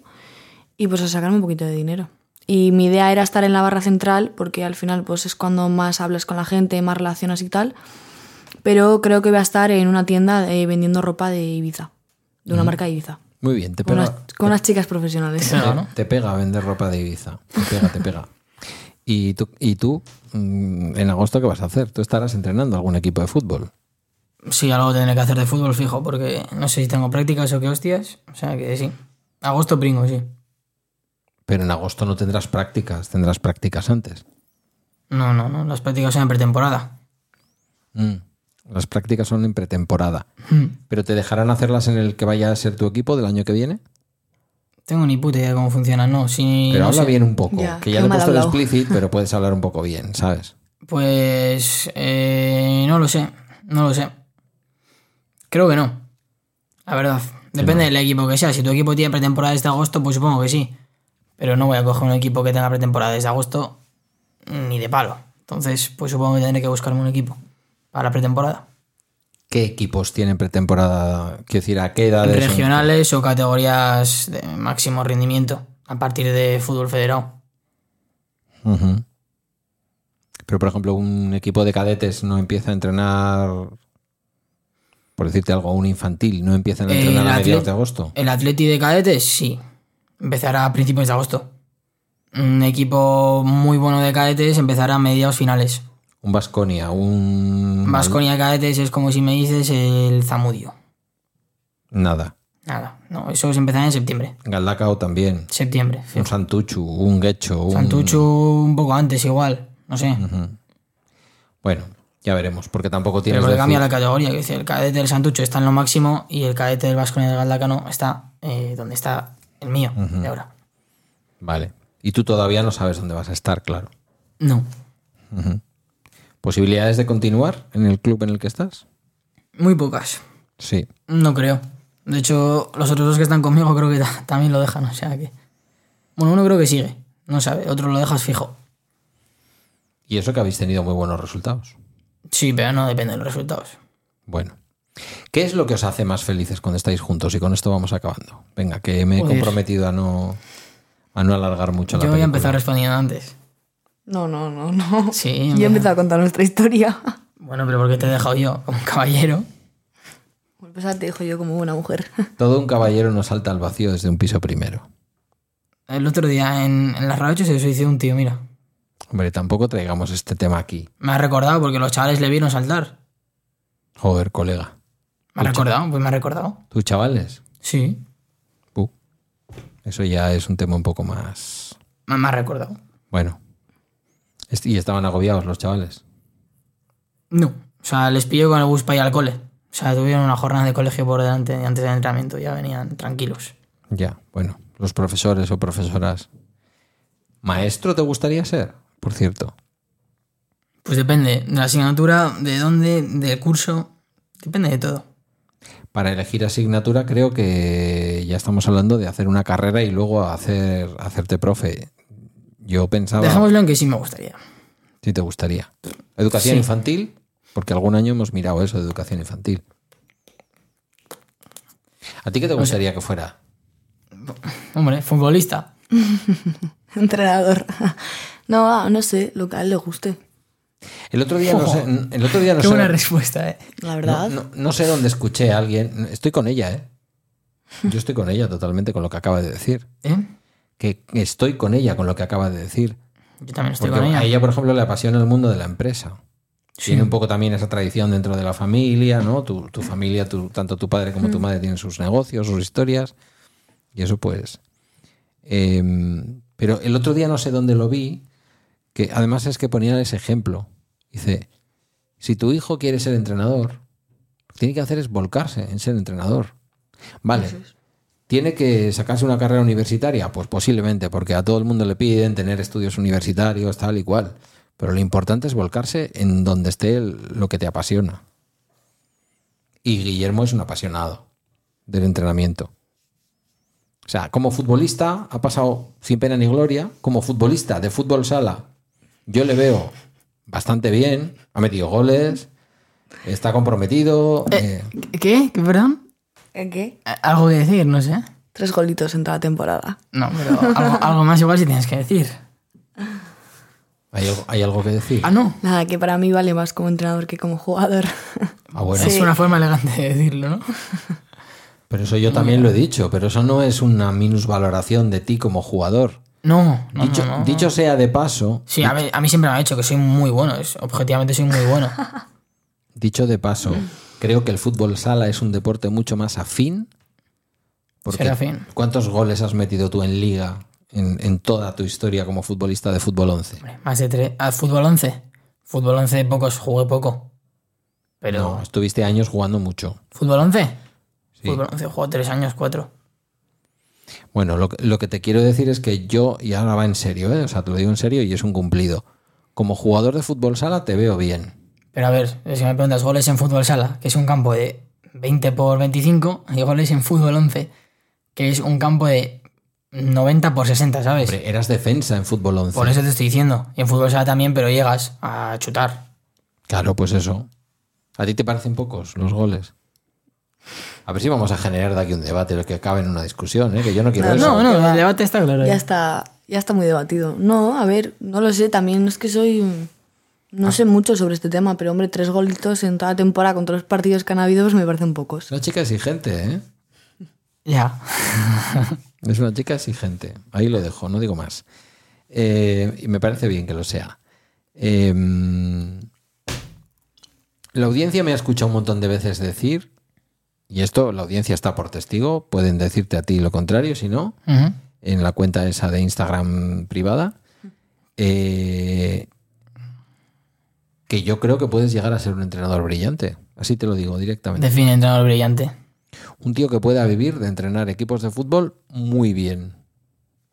Speaker 6: y pues a sacarme un poquito de dinero. Y mi idea era estar en la barra central, porque al final pues es cuando más hablas con la gente, más relacionas y tal, pero creo que voy a estar en una tienda eh, vendiendo ropa de Ibiza, de una marca de Ibiza,
Speaker 2: Muy bien, te
Speaker 6: con
Speaker 2: pega,
Speaker 6: unas, con unas chicas profesionales.
Speaker 2: te,
Speaker 3: Pega, ¿no?
Speaker 2: te pega vender ropa de Ibiza. Te pega, te pega. ¿Y tú, y tú mm, en agosto qué vas a hacer? ¿Tú estarás entrenando algún equipo de fútbol?
Speaker 3: Sí, algo tendré que hacer de fútbol fijo, porque no sé si tengo prácticas o qué hostias. O sea que sí. Agosto pringo, sí.
Speaker 2: Pero en agosto no tendrás prácticas, tendrás prácticas antes.
Speaker 3: No, no, no. Las prácticas son en pretemporada.
Speaker 2: Mm. Las prácticas son en pretemporada.
Speaker 3: Hmm.
Speaker 2: ¿Pero te dejarán hacerlas en el que vaya a ser tu equipo del año que viene? Tengo
Speaker 3: Tengo ni puta idea de cómo funciona, no. Si
Speaker 2: Pero
Speaker 3: no
Speaker 2: habla
Speaker 3: sé.
Speaker 2: bien un poco,
Speaker 6: Ya,
Speaker 2: que ya le
Speaker 6: qué
Speaker 2: he
Speaker 6: mal
Speaker 2: puesto el
Speaker 6: hablado.
Speaker 2: explicit, pero puedes hablar un poco bien, ¿sabes?
Speaker 3: Pues eh, no lo sé, no lo sé. Creo que no. La verdad. Depende del equipo que sea. Si tu equipo tiene pretemporada desde agosto, pues supongo que sí. Pero no voy a coger un equipo que tenga pretemporada desde agosto mm, ni de palo. Entonces, pues supongo que tendré que buscarme un equipo para la pretemporada.
Speaker 2: ¿Qué equipos tienen pretemporada? Quiero decir, ¿a qué edades? son?
Speaker 3: Regionales o categorías de máximo rendimiento a partir de fútbol federado.
Speaker 2: Ujú. Pero, por ejemplo, un equipo de cadetes no empieza a entrenar, por decirte algo, un infantil, no empiezan a
Speaker 3: Eh, El
Speaker 2: entrenar a
Speaker 3: atlet-
Speaker 2: mediados de agosto.
Speaker 3: El Atleti de cadetes, sí. Empezará a principios de agosto. Un equipo muy bueno de cadetes empezará a mediados finales.
Speaker 2: Un Vasconia, un...
Speaker 3: Vasconia de cadetes es como si me dices el Zamudio.
Speaker 2: Nada.
Speaker 3: Nada, no, eso es empezar en septiembre.
Speaker 2: Galdacao también.
Speaker 3: Septiembre.
Speaker 2: Un Santuchu, un Guecho, un...
Speaker 3: Santucho un poco antes igual, no sé.
Speaker 2: Bueno, ya veremos, porque tampoco
Speaker 3: Pero
Speaker 2: tienes...
Speaker 3: porque cambia
Speaker 2: decir-
Speaker 3: la categoría, que dice, el cadete del Santucho está en lo máximo y el cadete del Vasco y del Galdacano está eh, donde está el mío de ahora.
Speaker 2: Vale. Y tú todavía no sabes dónde vas a estar, claro.
Speaker 3: No.
Speaker 2: ¿Posibilidades de continuar en el club en el que estás?
Speaker 3: Muy pocas.
Speaker 2: Sí.
Speaker 3: No creo. De hecho, los otros dos que están conmigo creo que ta- también lo dejan, o sea que. Bueno, uno creo que sigue, no sabe, otro lo dejas fijo.
Speaker 2: Y eso que habéis tenido muy buenos resultados.
Speaker 3: Sí, pero no depende de los resultados.
Speaker 2: Bueno. ¿Qué es lo que os hace más felices cuando estáis juntos? Y con esto vamos acabando. Venga, que me he
Speaker 3: Joder.
Speaker 2: comprometido a no, a no alargar mucho la
Speaker 3: Pues Yo voy
Speaker 2: película.
Speaker 3: a empezar respondiendo antes.
Speaker 6: No, no, no, no.
Speaker 3: Sí,
Speaker 6: Yo
Speaker 3: mira.
Speaker 6: he empezado a contar nuestra historia.
Speaker 3: Bueno, pero porque te he dejado yo, como caballero.
Speaker 6: Bueno, Pues ahora te dejo yo como buena mujer.
Speaker 2: Todo un caballero no salta al vacío desde un piso primero.
Speaker 3: El otro día en, en las radio se suicidó un tío, mira.
Speaker 2: Hombre, tampoco traigamos este tema aquí.
Speaker 3: Me ha recordado porque los chavales le vieron saltar.
Speaker 2: Joder, colega.
Speaker 3: Me ha recordado, pues me ha recordado.
Speaker 2: ¿Tú, chavales?
Speaker 3: Sí,
Speaker 2: Uh, eso ya es un tema un poco más...
Speaker 3: me, me ha recordado.
Speaker 2: Bueno. Est- Y estaban agobiados los chavales.
Speaker 3: No, o sea, les pillo con el bus para ir al cole. O sea, tuvieron una jornada de colegio por delante antes del entrenamiento, ya venían tranquilos.
Speaker 2: Ya, bueno. Los profesores o profesoras. ¿Maestro te gustaría ser? Por cierto.
Speaker 3: Pues depende de la asignatura, de dónde, del curso, depende de todo.
Speaker 2: Para elegir asignatura creo que ya estamos hablando de hacer una carrera y luego hacer, hacerte profe. Yo pensaba...
Speaker 3: Dejémoslo en que sí me gustaría.
Speaker 2: Si te gustaría. Educación
Speaker 3: Sí.
Speaker 2: infantil, porque algún año hemos mirado eso de educación infantil. ¿A ti qué te gustaría que fuera?
Speaker 3: Hombre, futbolista.
Speaker 6: Entrenador. No, ah, no sé, lo que a él le guste.
Speaker 2: El otro día no sé, el otro día no
Speaker 3: Qué buena
Speaker 2: sé,
Speaker 3: respuesta, eh.
Speaker 6: La
Speaker 2: no,
Speaker 6: verdad.
Speaker 2: no- no sé dónde escuché a alguien. Estoy con ella, ¿eh? Yo estoy con ella totalmente con lo que acaba de decir.
Speaker 3: ¿Eh?
Speaker 2: Que estoy con ella con lo que acaba de decir.
Speaker 3: Yo también estoy
Speaker 2: Porque
Speaker 3: con ella.
Speaker 2: a ella, por ejemplo, le apasiona el mundo de la empresa. Tiene un poco también esa tradición dentro de la familia, ¿no? Tu, tu familia, tu- tanto tu padre como tu madre tienen sus negocios, sus historias. Y eso pues... eh, pero el otro día no sé dónde lo vi, que además es que ponía ese ejemplo. Dice, si tu hijo quiere ser entrenador, lo que tiene que hacer es volcarse en ser entrenador. Vale. ¿Tiene que sacarse una carrera universitaria? Pues posiblemente, porque a todo el mundo le piden tener estudios universitarios, tal y cual. Pero lo importante es volcarse en donde esté el- lo que te apasiona. Y Guillermo es un apasionado del entrenamiento. O sea, como futbolista ha pasado sin pena ni gloria. Como futbolista de fútbol sala, yo le veo bastante bien. Ha metido goles, está comprometido. eh,
Speaker 3: ¿Qué? ¿Qué, perdón?
Speaker 6: ¿Eh, ¿Qué?
Speaker 3: Eh, Algo que decir, no sé.
Speaker 6: Tres golitos en toda la temporada.
Speaker 3: No, pero algo, algo más igual si tienes que decir.
Speaker 2: ¿hay, algo- hay algo que decir?
Speaker 3: Ah, no.
Speaker 6: Nada, que para mí vale más como entrenador que como jugador.
Speaker 2: Ah, bueno.
Speaker 3: Es una forma elegante de decirlo, ¿no?
Speaker 2: Pero eso yo también lo he dicho, pero eso no es una minusvaloración de ti como jugador.
Speaker 3: No, no,
Speaker 2: dicho,
Speaker 3: no, no.
Speaker 2: dicho sea de paso,
Speaker 3: Sí, a, ver, a mí siempre me ha hecho que soy muy bueno, es- objetivamente soy muy bueno.
Speaker 2: dicho de paso,
Speaker 3: Mm.
Speaker 2: creo que el fútbol sala es un deporte mucho más afín.
Speaker 3: Será afín.
Speaker 2: ¿Cuántos goles has metido tú en liga en, en toda tu historia como futbolista de fútbol 11?
Speaker 3: Hombre, Más de tres. ¿Al fútbol 11? Fútbol 11 pocos, jugué poco. Pero.
Speaker 2: No, estuviste años jugando mucho.
Speaker 3: ¿Fútbol 11?
Speaker 2: Sí.
Speaker 3: Fútbol 11, juego tres años, cuatro.
Speaker 2: Bueno, lo, que- lo que te quiero decir es que yo, y ahora va en serio, ¿eh? o sea, te lo digo en serio y es un cumplido. Como jugador de fútbol sala te veo bien.
Speaker 3: Pero a ver, si me preguntas goles en fútbol sala, que es un campo de 20 por 25, y goles en fútbol 11, que es un campo de 90 por 60, ¿sabes?
Speaker 2: Hombre, eras defensa en fútbol 11.
Speaker 3: Por eso te estoy diciendo. Y en fútbol sala también, pero llegas a chutar.
Speaker 2: Claro, pues eso. ¿A ti te parecen pocos los goles? A ver si vamos a generar de aquí un debate, lo que acabe en una discusión, ¿eh? que yo no quiero eso.
Speaker 3: No, no, el debate está claro.
Speaker 6: ya está, ya está muy debatido. No, a ver, no lo sé, también es que soy. No
Speaker 2: Ah.
Speaker 6: sé mucho sobre este tema, pero hombre, tres golitos en toda la temporada con todos los partidos que han habido, pues me parecen
Speaker 2: Es
Speaker 6: pocos.
Speaker 2: una chica exigente, ¿eh?
Speaker 3: Ya.
Speaker 2: Es una chica exigente. Ahí lo dejo, no digo más. Eh, y me parece bien que lo sea. Eh, la audiencia me ha escuchado un montón de veces decir y esto la audiencia está por testigo, pueden decirte a ti lo contrario, si no,
Speaker 3: Ujú.
Speaker 2: en la cuenta esa de Instagram privada, eh, que yo creo que puedes llegar a ser un entrenador brillante. Así te lo digo directamente.
Speaker 3: Define entrenador brillante.
Speaker 2: Un tío que pueda vivir de entrenar equipos de fútbol muy bien.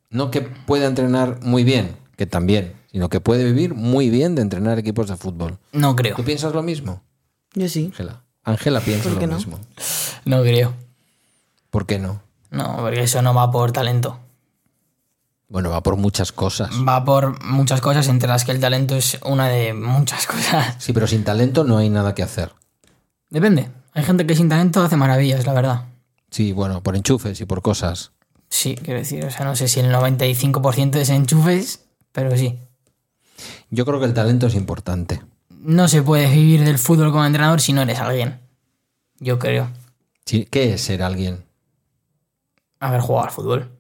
Speaker 2: No que pueda entrenar muy bien, que también, sino que puede vivir muy bien de entrenar equipos de fútbol.
Speaker 3: No creo.
Speaker 2: ¿Tú piensas lo mismo,
Speaker 6: Yo sí.
Speaker 2: Ángela? Ángela piensa
Speaker 6: ¿Por
Speaker 2: lo
Speaker 6: qué no?
Speaker 2: mismo.
Speaker 3: No creo.
Speaker 2: ¿Por qué no?
Speaker 3: No, porque eso no va por talento.
Speaker 2: Bueno, va por muchas cosas.
Speaker 3: Va por muchas cosas, entre las que el talento es una de muchas cosas.
Speaker 2: Sí, pero sin talento no hay nada que hacer.
Speaker 3: Depende. Hay gente que sin talento hace maravillas, la verdad.
Speaker 2: Sí, bueno, por enchufes y por cosas.
Speaker 3: Sí, quiero decir, o sea, no sé si el 95% de desenchufes, pero sí.
Speaker 2: Yo creo que el talento es importante.
Speaker 3: No se puede vivir del fútbol como entrenador si no eres alguien. Yo creo.
Speaker 2: Sí, ¿Qué es ser alguien?
Speaker 3: Haber jugado al fútbol.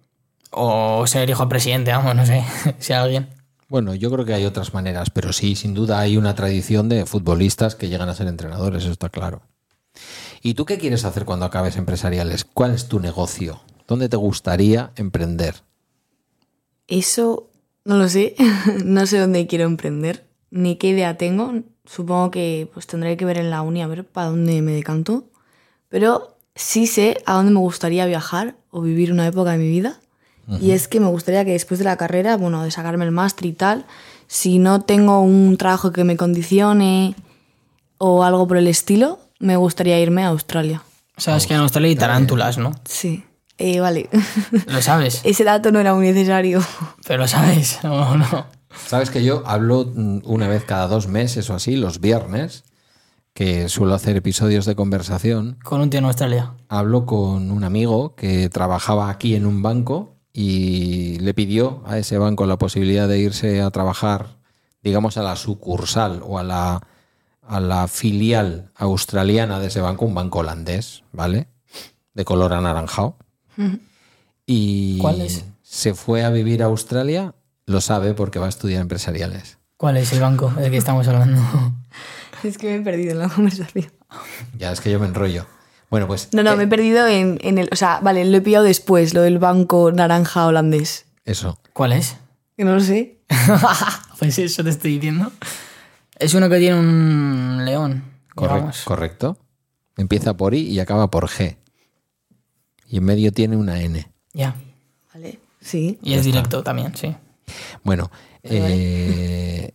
Speaker 3: O ser hijo del presidente, vamos, no sé. si alguien.
Speaker 2: Bueno, yo creo que hay otras maneras, pero sí, sin duda hay una tradición de futbolistas que llegan a ser entrenadores, eso está claro. ¿Y tú qué quieres hacer cuando acabes empresariales? ¿Cuál es tu negocio? ¿Dónde te gustaría emprender?
Speaker 6: Eso no lo sé. no sé dónde quiero emprender, ni qué idea tengo. Supongo que pues tendré que ver en la uni a ver para dónde me decanto. Pero sí sé a dónde me gustaría viajar o vivir una época de mi vida. Y es que me gustaría que después de la carrera, bueno, de sacarme el máster y tal, si no tengo un trabajo que me condicione o algo por el estilo, me gustaría irme a Australia.
Speaker 3: Sabes que en Australia hay tarántulas, ¿no?
Speaker 6: Sí. Eh, vale.
Speaker 3: Lo sabes.
Speaker 6: Ese dato no era muy necesario.
Speaker 3: Pero lo sabes, o no.
Speaker 2: Sabes que yo hablo mm, una vez cada dos meses o así, los viernes, que suelo hacer episodios de conversación
Speaker 3: Con un tío en Australia.
Speaker 2: hablo con un amigo que trabajaba aquí en un banco y le pidió a ese banco la posibilidad de irse a trabajar, digamos, a la sucursal o a la, a la filial australiana de ese banco, un banco holandés, ¿vale? De color anaranjado. Y
Speaker 3: ¿Cuál es?
Speaker 2: se fue a vivir a Australia, lo sabe porque va a estudiar empresariales.
Speaker 3: ¿Cuál es el banco del que estamos hablando?
Speaker 6: Es que me he perdido en la conversación.
Speaker 2: Ya es que yo me enrollo. Bueno, pues
Speaker 6: No, no, me he perdido en, en el. O sea, vale, lo he pillado después, lo del banco naranja holandés.
Speaker 2: eso.
Speaker 3: ¿Cuál es?
Speaker 6: Que no lo sé.
Speaker 3: pues eso te estoy diciendo. Es uno que tiene un león.
Speaker 2: Corre-
Speaker 3: digamos.
Speaker 2: correcto. Empieza por I y acaba por G. Y en medio tiene una N.
Speaker 3: Ya.
Speaker 6: Vale. Sí.
Speaker 3: Y es directo también, sí.
Speaker 2: Bueno, eh,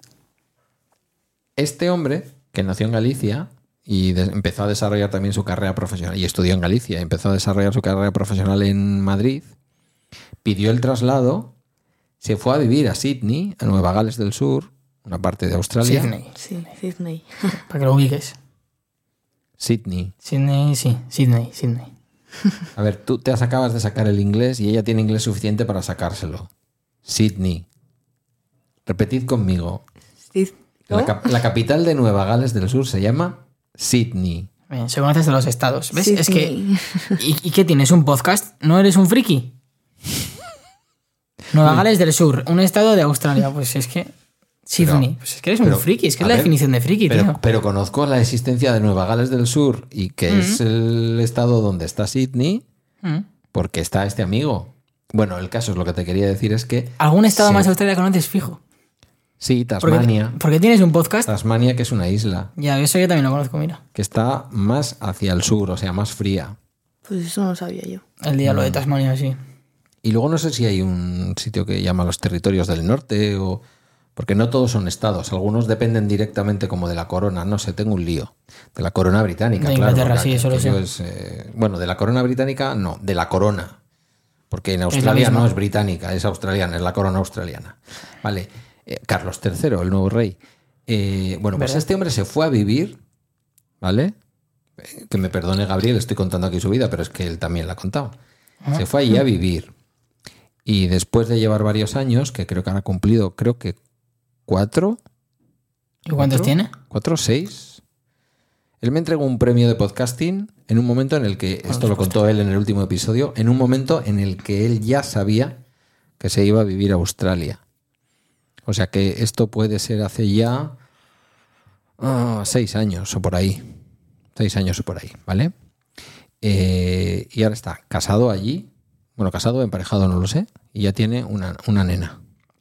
Speaker 2: este hombre que nació en Galicia y de- empezó a desarrollar también su carrera profesional, y estudió en Galicia, y empezó a desarrollar su carrera profesional en Madrid, pidió el traslado, se fue a vivir a Sydney, a Nueva Gales del Sur, una parte de Australia.
Speaker 3: Sydney.
Speaker 6: Sí, Disney.
Speaker 3: Para que lo ubiques.
Speaker 2: Sydney.
Speaker 3: Sydney, sí. Sydney, Sydney.
Speaker 2: A ver, tú te has- acabas de sacar el inglés y ella tiene inglés suficiente para sacárselo. Sydney. Repetid conmigo.
Speaker 6: Dis-
Speaker 2: La,
Speaker 6: ¿Cómo?
Speaker 2: cap- la capital de Nueva Gales del Sur se llama Sydney.
Speaker 3: Bien, se conoces de los estados. ¿Ves? Es que.
Speaker 6: Sydney.
Speaker 3: ¿Y, y qué tienes? ¿Un podcast? ¿No eres un friki? Nueva Gales del Sur, un estado de Australia. Pues es que. Sydney. pues es que eres
Speaker 2: pero,
Speaker 3: un friki. Es que
Speaker 2: a
Speaker 3: es la
Speaker 2: ver,
Speaker 3: definición de friki,
Speaker 2: Pero,
Speaker 3: tío.
Speaker 2: pero conozco la existencia de Nueva Gales del Sur y que es el estado donde está Sydney
Speaker 3: Mm.
Speaker 2: porque está este amigo. Bueno, el caso es lo que te quería decir es que
Speaker 3: ¿Algún estado
Speaker 2: Sí.
Speaker 3: más de Australia conoces fijo?
Speaker 2: sí,
Speaker 3: Ah, Porque,
Speaker 2: Tasmania. Ah.
Speaker 3: porque tienes un podcast.
Speaker 2: Tasmania que es una isla
Speaker 3: Ya, eso yo también lo conozco, mira.
Speaker 2: que está más hacia el sur, o sea, más fría.
Speaker 6: Pues eso no lo sabía yo.
Speaker 3: El día lo de Tasmania, sí.
Speaker 2: Y luego no sé si hay un sitio que llama los territorios del norte o... Porque no todos son estados, algunos dependen directamente como de la corona, no sé, tengo un lío. De la corona británica,
Speaker 3: De
Speaker 2: claro.
Speaker 3: Inglaterra,
Speaker 2: porque
Speaker 3: sí, eso lo
Speaker 2: aquello
Speaker 3: sé.
Speaker 2: es, eh, bueno, de la corona británica no, de la corona. Porque en Australia
Speaker 3: misma.
Speaker 2: no es británica, es australiana, es la corona australiana. Vale, eh, Carlos III, el nuevo rey. Eh, bueno, pues
Speaker 3: ¿Verdad?
Speaker 2: este hombre se fue a vivir, ¿vale? Eh, Que me perdone Gabriel, estoy contando aquí su vida, pero es que él también la ha contado. Se fue allí a vivir. Y después de llevar varios años, que creo que han cumplido, creo que cuatro,
Speaker 3: ¿Y cuántos
Speaker 2: ¿Otro?
Speaker 3: tiene?
Speaker 2: cuatro o seis. Él me entregó un premio de podcasting en un momento en el que, esto lo contó él en el último episodio, en un momento en el que él ya sabía que se iba a vivir a Australia. O sea que esto puede ser hace ya ah, seis años o por ahí. Seis años o por ahí, ¿vale? Eh, y ahora está casado allí. Bueno, casado, emparejado, no lo sé. Y ya tiene una, una nena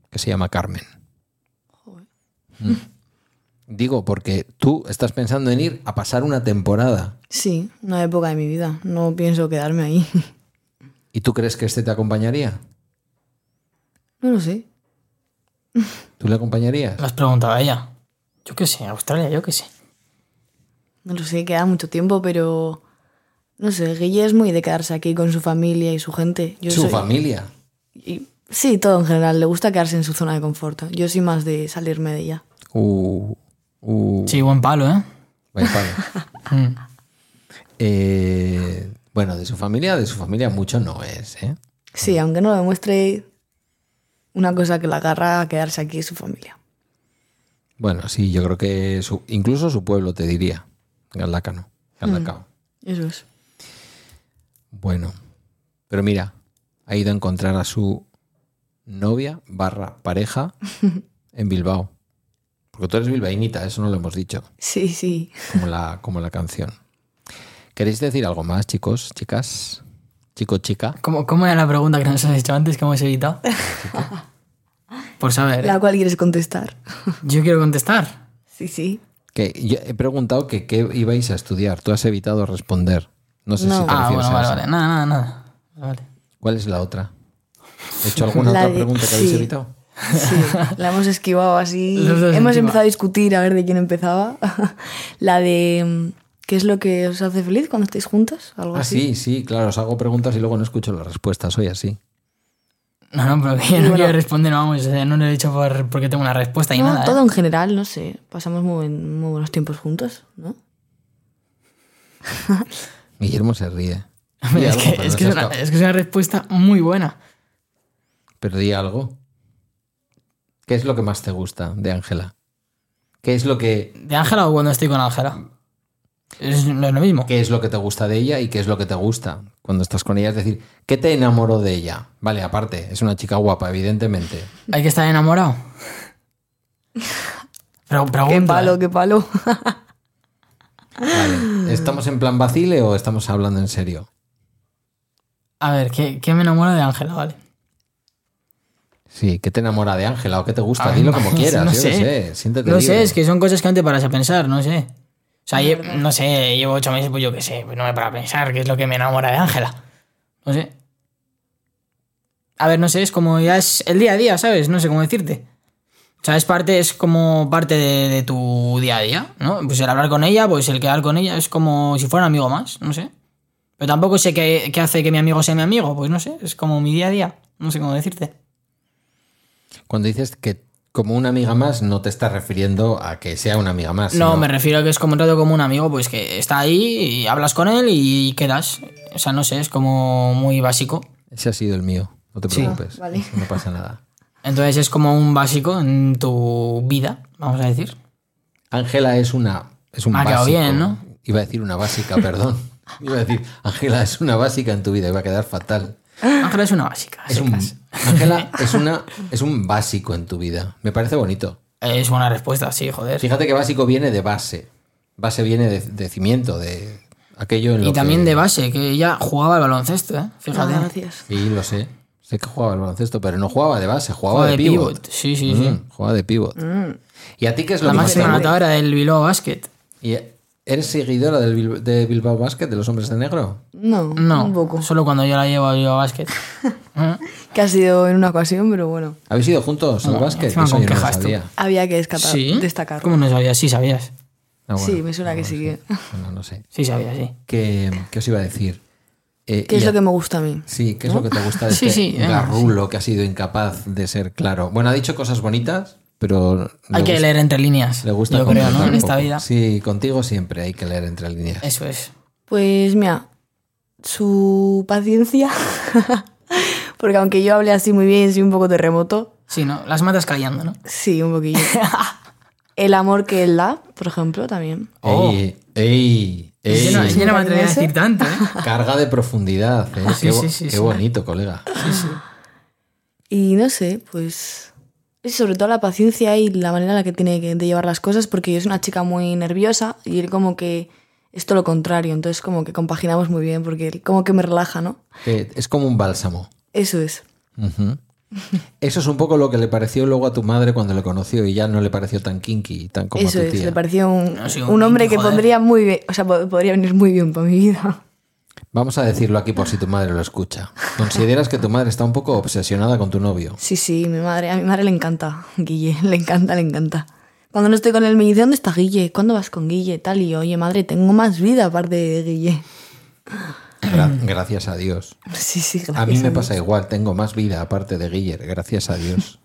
Speaker 2: que se llama Carmen. Mm. Digo, porque tú estás pensando en ir a pasar una temporada.
Speaker 6: Sí, una época de mi vida. No pienso quedarme ahí.
Speaker 2: ¿Y tú crees que este te acompañaría?
Speaker 6: No lo sé.
Speaker 2: ¿Tú le acompañarías?
Speaker 6: Ah,
Speaker 3: ¿Lo has preguntado a ella? Yo qué sé, Australia, yo qué sé.
Speaker 6: No lo sé, queda mucho tiempo, pero. No sé, Guille es muy de quedarse aquí con su familia y su gente. Yo
Speaker 2: Su
Speaker 6: soy-
Speaker 2: familia.
Speaker 6: y- sí, todo en general. Le gusta quedarse en su zona de confort. Yo soy más de salirme de ella.
Speaker 2: Uh, uh,
Speaker 3: Sí, buen palo, ¿eh?
Speaker 2: vaya palo.
Speaker 3: Mm.
Speaker 2: Eh, bueno, de su familia, de su familia mucho no es, ¿eh?
Speaker 6: Sí, aunque no lo demuestre, una cosa que la agarra a quedarse aquí es su familia.
Speaker 2: Bueno, sí, yo creo que su- incluso su pueblo te diría. Galácano.
Speaker 6: Mm.
Speaker 2: Galacao.
Speaker 6: Eso es.
Speaker 2: Bueno. Pero mira, ha ido a encontrar a su novia barra pareja en Bilbao. Porque tú eres bilbainita, eso no lo hemos dicho,
Speaker 6: Sí, sí.
Speaker 2: como la, como la canción. ¿Queréis decir algo más, chicos, chicas? Chico, chica.
Speaker 3: ¿Cómo, cómo era la pregunta que nos has hecho antes que hemos evitado? Por saber. ¿eh?
Speaker 6: La cual quieres contestar.
Speaker 3: Yo quiero contestar.
Speaker 6: Sí, sí.
Speaker 2: Que yo he preguntado que qué ibais a estudiar. Tú has evitado responder. No sé si te
Speaker 3: Ah,
Speaker 2: refieres
Speaker 3: bueno,
Speaker 2: a
Speaker 3: vale,
Speaker 2: eso.
Speaker 3: vale. Nada, nada, nada. Vale.
Speaker 2: ¿Cuál es la otra? ¿He hecho alguna
Speaker 6: La
Speaker 2: otra
Speaker 6: de-
Speaker 2: pregunta que habéis
Speaker 6: sí.
Speaker 2: evitado?
Speaker 6: Sí, la hemos esquivado así.
Speaker 3: Los dos
Speaker 6: Hemos
Speaker 3: encima.
Speaker 6: empezado a discutir a ver de quién empezaba. la de mm, qué es lo que os hace feliz cuando estáis juntos, algo
Speaker 2: Ah,
Speaker 6: así.
Speaker 2: sí, sí, claro, os hago preguntas y luego no escucho las respuestas, soy así.
Speaker 3: No, no, pero que yo no quiero responder, vamos. o sea, no lo he dicho por, porque tengo una respuesta y
Speaker 6: No,
Speaker 3: nada. ¿eh?
Speaker 6: todo en general, no sé. Pasamos muy, buen- muy buenos tiempos juntos, ¿no?
Speaker 2: Guillermo se ríe. Di
Speaker 3: Es
Speaker 2: algo,
Speaker 3: que,
Speaker 2: pero
Speaker 3: es,
Speaker 2: no
Speaker 3: que
Speaker 2: seas
Speaker 3: es una,
Speaker 2: cap-
Speaker 3: es que es una respuesta muy buena.
Speaker 2: Pero di algo. ¿Qué es lo que más te gusta de Ángela? ¿Qué es lo que
Speaker 3: ¿De Ángela o cuando estoy con Ángela? Es lo, es lo mismo.
Speaker 2: qué es lo que te gusta de ella y qué es lo que te gusta cuando estás con ella? Es decir, ¿qué te enamoró de ella? Vale, aparte, es una chica guapa, evidentemente.
Speaker 3: Hay que estar enamorado. Pero pregunta.
Speaker 6: Qué palo,
Speaker 3: ¿eh?
Speaker 6: qué palo.
Speaker 2: Vale, ¿estamos en plan vacile o estamos hablando en serio?
Speaker 3: A ver, ¿qué, qué me enamora de Ángela? Vale.
Speaker 2: Sí, ¿qué te enamora de Ángela o qué te gusta?
Speaker 3: Ah,
Speaker 2: Dilo como
Speaker 3: no
Speaker 2: quieras, yo qué
Speaker 3: sé.
Speaker 2: sé, siéntete
Speaker 3: No
Speaker 2: libre.
Speaker 3: sé, es que son cosas que antes paras a pensar, no sé. O sea, lle- no sé, llevo ocho meses, pues yo qué sé, pues no me para a pensar qué es lo que me enamora de Ángela. No sé. A ver, no sé, es como ya es el día a día, ¿sabes? No sé cómo decirte. O sea, es parte, es como parte de, de tu día a día, ¿no? Pues el hablar con ella, pues el quedar con ella, es como si fuera un amigo más, no sé. Pero tampoco sé qué, qué hace que mi amigo sea mi amigo, pues no sé, es como mi día a día, no sé cómo decirte.
Speaker 2: Cuando dices que como una amiga más, no te estás refiriendo a que sea una amiga más.
Speaker 3: No,
Speaker 2: sino-
Speaker 3: me refiero a que es como un trato como un amigo, pues que está ahí y hablas con él y quedas. O sea, no sé, es como muy básico.
Speaker 2: Ese ha sido el mío, no te preocupes.
Speaker 6: Ah, vale.
Speaker 2: No pasa nada.
Speaker 3: Entonces es como un básico en tu vida, vamos a decir.
Speaker 2: Ángela es una. Es un
Speaker 3: Me ha quedado
Speaker 2: básico.
Speaker 3: Ah, bien, ¿no?
Speaker 2: Iba a decir una básica, perdón. Iba a decir, Ángela es una básica en tu vida, iba a quedar fatal.
Speaker 3: Ángela es una básica.
Speaker 2: Es un, Ángela es, una, es un básico en tu vida. Me parece bonito.
Speaker 3: Es buena respuesta, sí, joder.
Speaker 2: Fíjate que básico viene de base. Base viene de, de cimiento, de aquello en lo
Speaker 3: Y también
Speaker 2: que-
Speaker 3: de base, que ella jugaba al baloncesto, ¿eh? Fíjate.
Speaker 6: Nada, Ah, gracias.
Speaker 2: Sí, lo sé. Sé que jugaba al baloncesto, pero no jugaba de base, jugaba, de,
Speaker 3: Jugaba de
Speaker 2: pivot.
Speaker 3: pivot. Sí, sí, sí.
Speaker 2: Mm, Jugaba de pivot.
Speaker 6: Mm.
Speaker 2: ¿Y a ti qué es lo
Speaker 3: La
Speaker 2: que más te
Speaker 3: máxima
Speaker 2: gusta?
Speaker 3: anotadora del Bilbao Basket.
Speaker 2: ¿Y ¿Eres seguidora del Bil- de Bilbao Basket, de los hombres de negro?
Speaker 6: No,
Speaker 3: No,
Speaker 6: un poco.
Speaker 3: solo cuando yo la llevo al Bilbao Basket.
Speaker 6: Que ha sido en una ocasión, pero bueno,
Speaker 2: ¿Habéis ido juntos al
Speaker 3: No,
Speaker 2: básquet?
Speaker 3: Ah, encima
Speaker 2: Eso
Speaker 3: con
Speaker 2: yo no lo
Speaker 3: quejas tú.
Speaker 2: sabía.
Speaker 6: había que descatar-
Speaker 3: ¿Sí?
Speaker 6: destacar.
Speaker 3: ¿Cómo no sabías? Sí, sabías.
Speaker 2: Ah, bueno.
Speaker 6: Sí, me suena que sí. que-
Speaker 2: Bueno, no sé.
Speaker 3: Sí, sabías, sí.
Speaker 2: ¿Qué, qué os iba a decir? Eh,
Speaker 6: ¿Qué
Speaker 2: y
Speaker 6: es lo
Speaker 2: a-
Speaker 6: que me gusta a mí?
Speaker 2: Sí, ¿qué es lo que te gusta de
Speaker 3: Sí,
Speaker 2: este
Speaker 3: sí, venga,
Speaker 2: garrulo que ha sido incapaz de ser claro? Bueno, ha dicho cosas bonitas, pero... le
Speaker 3: Hay que
Speaker 2: gusta-
Speaker 3: leer entre líneas.
Speaker 2: Le gusta
Speaker 3: yo creo, ¿no?
Speaker 2: completar
Speaker 3: En
Speaker 2: un
Speaker 3: esta
Speaker 2: poco.
Speaker 3: vida.
Speaker 2: Sí, contigo siempre hay que leer entre líneas.
Speaker 3: Eso es.
Speaker 6: Pues mira, su paciencia, porque aunque yo hable así muy bien, soy un poco terremoto.
Speaker 3: Sí, ¿no? Las matas callando, ¿no?
Speaker 6: Sí, un poquillo. El amor que él da, por ejemplo, también.
Speaker 3: Oh.
Speaker 2: ¡Ey! ¡Ey! ey.
Speaker 3: Yo no, yo no me atrevería a
Speaker 6: ¿Ese?
Speaker 3: decir tanto, ¿eh?
Speaker 2: Carga de profundidad. ¿eh?
Speaker 3: Sí,
Speaker 2: qué bo-
Speaker 3: sí, sí,
Speaker 2: qué
Speaker 3: sí.
Speaker 2: bonito, colega.
Speaker 6: Y no sé, pues... es sobre todo la paciencia y la manera en la que tiene que- de llevar las cosas, porque yo soy una chica muy nerviosa y él como que es todo lo contrario. Entonces como que compaginamos muy bien porque él como que me relaja, ¿no?
Speaker 2: Que Eh, es como un bálsamo.
Speaker 6: Eso es.
Speaker 2: Ujú. Eso es un poco lo que le pareció luego a tu madre cuando le conoció y ya no le pareció tan kinky, tan como
Speaker 6: Eso
Speaker 2: a tu
Speaker 6: es.
Speaker 2: tía.
Speaker 6: Le pareció un,
Speaker 3: No, sí,
Speaker 6: un
Speaker 3: un
Speaker 6: hombre que
Speaker 3: joder.
Speaker 6: pondría muy bien, o sea, po- podría venir muy bien para mi vida.
Speaker 2: Vamos a decirlo aquí por si tu madre lo escucha. ¿Consideras que tu madre está un poco obsesionada con tu novio?
Speaker 6: Sí, sí, mi madre, a mi madre le encanta, Guille, le encanta, le encanta. Cuando no estoy con él me dice, ¿dónde está Guille? ¿Cuándo vas con Guille? Tal y yo, oye, madre, tengo más vida aparte de Guille.
Speaker 2: Gra- gracias a Dios.
Speaker 6: Sí, sí, gracias.
Speaker 2: A mí me
Speaker 6: Dios.
Speaker 2: pasa igual, tengo más vida aparte de Guiller, gracias a Dios.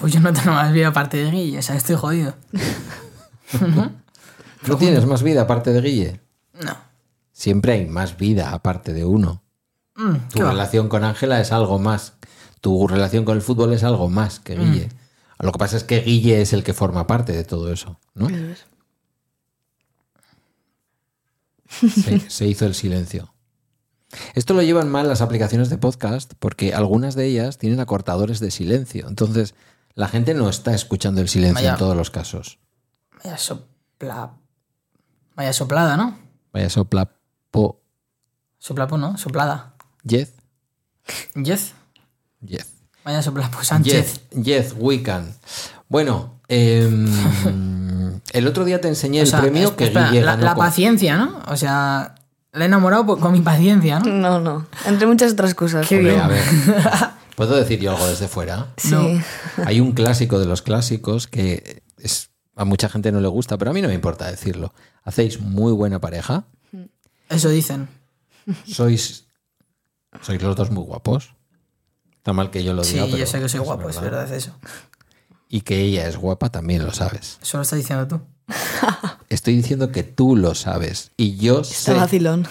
Speaker 3: Pues yo no tengo más vida aparte de Guille, o sea, estoy jodido.
Speaker 2: ¿No tienes más vida aparte de Guille?
Speaker 3: No.
Speaker 2: Siempre hay más vida aparte de uno.
Speaker 3: Mm,
Speaker 2: Tu
Speaker 3: ¿Qué va?
Speaker 2: relación con Ángela es algo más. Tu relación con el fútbol es algo más que Guille. Lo que pasa es que Guille es el que forma parte de todo eso, ¿no?
Speaker 6: Eso es.
Speaker 2: Se, se hizo el silencio. Esto lo llevan mal las aplicaciones de podcast porque algunas de ellas tienen acortadores de silencio. Entonces, la gente no está escuchando el silencio en
Speaker 3: Vaya.
Speaker 2: todos los casos.
Speaker 3: Vaya sopla... Vaya soplada, ¿no?
Speaker 2: Vaya sopla po
Speaker 3: Soplapo, ¿no? Soplada.
Speaker 2: yes,
Speaker 3: Yes.
Speaker 2: yes.
Speaker 3: Vaya soplapo Sánchez.
Speaker 2: Yes, yes, we can. Bueno, em, el otro día te enseñé
Speaker 3: O
Speaker 2: el
Speaker 3: sea,
Speaker 2: premio
Speaker 3: es-
Speaker 2: que
Speaker 3: espera,
Speaker 2: Guille
Speaker 3: la,
Speaker 2: ganó
Speaker 3: la
Speaker 2: con-
Speaker 3: paciencia, ¿no? O sea, la he enamorado por- con mi paciencia, ¿no?
Speaker 6: No, no, entre muchas otras cosas.
Speaker 3: Qué
Speaker 2: Hombre,
Speaker 3: bien.
Speaker 2: a ver, ¿Puedo decir yo algo desde fuera?
Speaker 6: Sí.
Speaker 3: No.
Speaker 2: Hay un clásico de los clásicos que es, a mucha gente no le gusta, pero a mí no me importa decirlo. Hacéis muy buena pareja,
Speaker 3: Eso dicen.
Speaker 2: sois, sois los dos muy guapos. Está mal que yo lo
Speaker 3: Sí,
Speaker 2: diga, pero
Speaker 3: yo sé que soy
Speaker 2: es
Speaker 3: guapo, es verdad eso.
Speaker 2: Y que ella es guapa también lo sabes.
Speaker 3: Eso lo estás diciendo tú.
Speaker 2: Estoy diciendo que tú lo sabes y yo
Speaker 6: Está
Speaker 2: sé
Speaker 6: vacilón.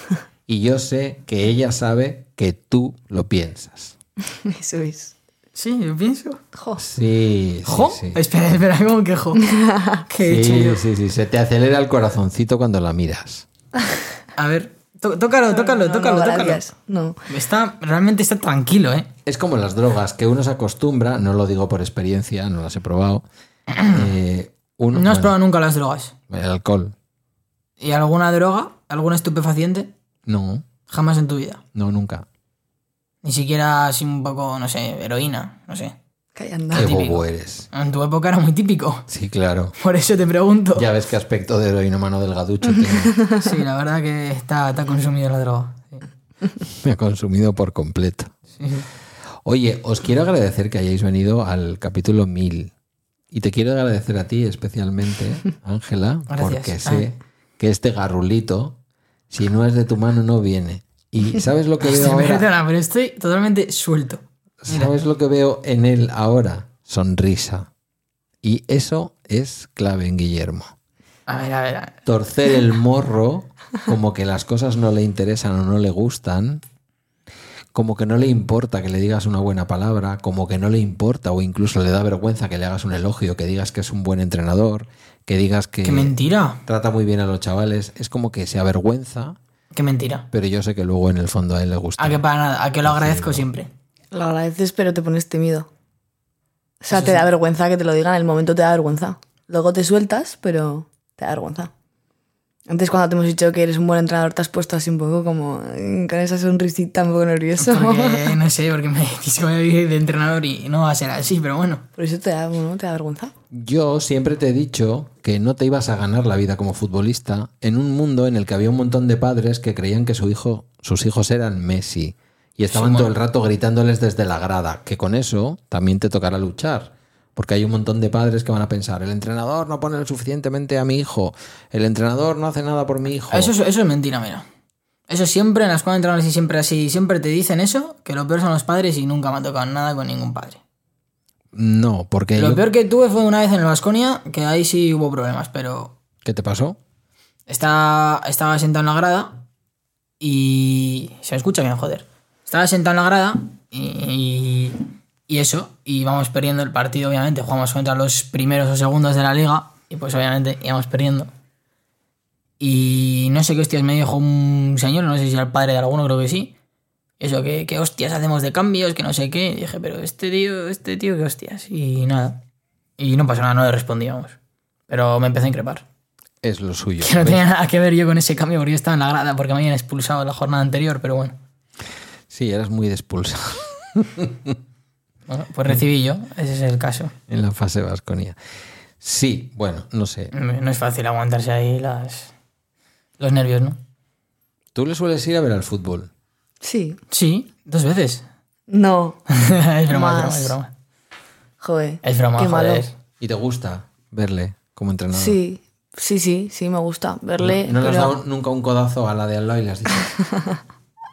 Speaker 2: y yo sé que ella sabe que tú lo piensas.
Speaker 6: Eso es.
Speaker 3: Sí, yo pienso.
Speaker 6: Jo.
Speaker 2: Sí, sí,
Speaker 3: ¿Jo?
Speaker 2: sí.
Speaker 3: Espera, espera, ¿cómo que jo? ¿Qué he hecho yo?
Speaker 2: Sí, sí, sí, se te acelera el corazoncito cuando la miras.
Speaker 3: A ver, tó- tócalo, tócalo,
Speaker 6: No,
Speaker 3: tócalo,
Speaker 6: no,
Speaker 3: tócalo.
Speaker 6: gracias. No.
Speaker 3: Está, realmente está tranquilo, ¿eh?
Speaker 2: Es como las drogas, que uno se acostumbra, no lo digo por experiencia, no las he probado. eh, uno-
Speaker 3: No has
Speaker 2: bueno,
Speaker 3: probado nunca las drogas.
Speaker 2: El alcohol.
Speaker 3: ¿Y alguna droga, algún estupefaciente?
Speaker 2: No,
Speaker 3: Jamás en tu vida.
Speaker 2: no, nunca.
Speaker 3: Ni siquiera así un poco, no sé, heroína, no sé.
Speaker 6: Calla, anda.
Speaker 2: Qué
Speaker 3: Ah, típico.
Speaker 2: bobo eres.
Speaker 3: En tu época era muy típico.
Speaker 2: Sí, claro.
Speaker 3: Por eso te pregunto.
Speaker 2: Ya ves qué aspecto de heroína mano delgaducho tengo.
Speaker 3: Sí, la verdad que está, está consumida la droga. Sí.
Speaker 2: Me ha consumido por completo.
Speaker 3: Sí, sí.
Speaker 2: Oye, os quiero agradecer que hayáis venido al capítulo 1000. Y te quiero agradecer a ti especialmente, Ángela,
Speaker 3: Gracias.
Speaker 2: porque sé que este garrulito, si no es de tu mano, no viene. Y ¿sabes lo que veo ahora?
Speaker 3: Perdona, pero estoy totalmente suelto.
Speaker 2: ¿Sabes lo que veo en él ahora? Sonrisa. Y eso es clave en Guillermo.
Speaker 3: A ver, a ver, a ver.
Speaker 2: Torcer el morro, como que las cosas no le interesan o no le gustan, como que no le importa que le digas una buena palabra, como que no le importa o incluso le da vergüenza que le hagas un elogio, que digas que es un buen entrenador, que digas que
Speaker 3: Qué mentira.
Speaker 2: trata muy bien a los chavales. Es como que se avergüenza,
Speaker 3: Qué mentira.
Speaker 2: pero yo sé que luego en el fondo a él le gusta.
Speaker 3: A que para nada, a que lo agradezco siempre.
Speaker 6: Lo agradeces, pero te pones tímido. O sea, te da vergüenza que te lo digan, en el momento te da vergüenza. Luego te sueltas, pero te da vergüenza. Antes cuando te hemos dicho que eres un buen entrenador, te has puesto así un poco como mm, con esa sonrisita un poco nervioso.
Speaker 3: Porque, no sé, porque me quise vivir de entrenador y no va a ser así, pero bueno.
Speaker 6: Por eso te da, bueno, te da vergüenza.
Speaker 2: Yo siempre te he dicho que no te ibas a ganar la vida como futbolista en un mundo en el que había un montón de padres que creían que su hijo, sus hijos eran Messi y estaban todo el rato gritándoles desde la grada, que con eso también te tocará luchar. Porque hay un montón de padres que van a pensar, el entrenador no pone lo suficientemente a mi hijo, el entrenador no hace nada por mi hijo.
Speaker 3: Eso, es- eso es mentira, mira. Eso siempre en la escuela de entrenadores y siempre así, siempre te dicen eso, que lo peor son los padres y nunca me ha tocado nada con ningún padre.
Speaker 2: No, porque...
Speaker 3: Lo
Speaker 2: yo-
Speaker 3: peor que tuve fue una vez en el Vasconia, que ahí sí hubo problemas, pero
Speaker 2: ¿Qué te pasó?
Speaker 3: Está, estaba sentado en la grada y. Se me escucha bien, joder. Estaba sentado en la grada y. Y eso, y vamos perdiendo el partido, obviamente. Jugamos contra los primeros o segundos de la liga y, pues, obviamente, íbamos perdiendo. Y no sé qué hostias me dijo un señor, no sé si era el padre de alguno, creo que sí. Eso, que, que hostias hacemos de cambios, que no sé qué. Y dije, pero este tío, este tío, qué hostias. Y nada. Y no pasó nada, no le respondíamos. Pero me empecé a increpar.
Speaker 2: es lo suyo.
Speaker 3: Que no tenía nada que ver yo con ese cambio porque yo estaba en la grada, porque me habían expulsado la jornada anterior, pero bueno.
Speaker 2: Sí, eras muy expulsado
Speaker 3: Bueno, pues recibí yo, ese es el caso.
Speaker 2: en la fase vasconía. Sí, bueno, no sé.
Speaker 3: No es fácil aguantarse ahí las, los nervios, ¿no?
Speaker 2: Tú le sueles ir a ver al fútbol.
Speaker 6: Sí.
Speaker 3: Sí, dos veces.
Speaker 6: No.
Speaker 3: es broma,
Speaker 6: Más.
Speaker 3: es broma,
Speaker 6: Joder.
Speaker 3: es broma. Es broma,
Speaker 6: Qué malo.
Speaker 3: joder.
Speaker 2: ¿Y te gusta verle como entrenador?
Speaker 6: Sí, sí, sí, sí, me gusta
Speaker 2: ¿No,
Speaker 6: verle.
Speaker 2: no le has
Speaker 6: pero-
Speaker 2: dado nunca un codazo a la de al lado y le has dicho,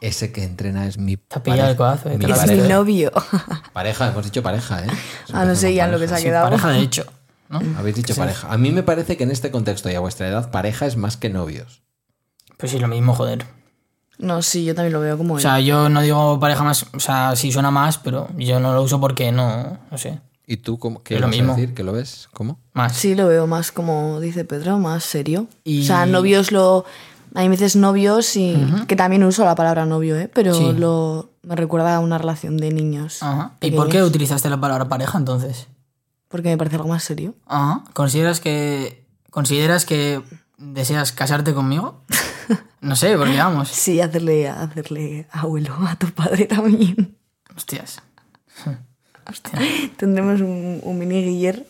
Speaker 2: ese que entrena es mi
Speaker 3: Te ha pillado
Speaker 2: pareja,
Speaker 3: el codazo, eh,
Speaker 2: mi
Speaker 3: te lo
Speaker 6: Es
Speaker 2: pareja".
Speaker 6: mi novio.
Speaker 2: Pareja, hemos dicho pareja, ¿eh?
Speaker 6: Ah, no sé ya en lo que se ha
Speaker 2: Pareja.
Speaker 3: Sí,
Speaker 6: quedado.
Speaker 3: pareja de hecho, ¿no?
Speaker 2: Habéis dicho pareja. A mí me parece que en este contexto y a vuestra edad, pareja es más que novios.
Speaker 3: Pues sí, lo mismo, joder.
Speaker 6: No, sí, yo también lo veo como
Speaker 3: O
Speaker 6: él.
Speaker 3: sea, yo no digo pareja más, o sea, sí suena más, pero yo no lo uso porque no, no sé,
Speaker 2: ¿Y tú cómo, qué
Speaker 3: Es lo
Speaker 2: vas a
Speaker 3: mismo.
Speaker 2: decir? ¿Que lo ves? ¿Cómo?
Speaker 3: más.
Speaker 6: sí, lo veo más como dice Pedro, más serio.
Speaker 3: Y-
Speaker 6: O sea, novios lo. Hay veces novios y. que también uso la palabra novio, ¿eh? Pero
Speaker 3: Sí.
Speaker 6: lo. me recuerda a una relación de niños.
Speaker 3: Ajá. ¿Y por qué
Speaker 6: pequeños,
Speaker 3: utilizaste la palabra pareja entonces?
Speaker 6: Porque me parece algo más serio.
Speaker 3: Ajá. ¿Consideras que consideras que deseas casarte conmigo? No sé, porque vamos.
Speaker 6: Sí, hacerle, hacerle abuelo a tu padre también.
Speaker 3: Hostias.
Speaker 6: Tendremos un, un mini guiller.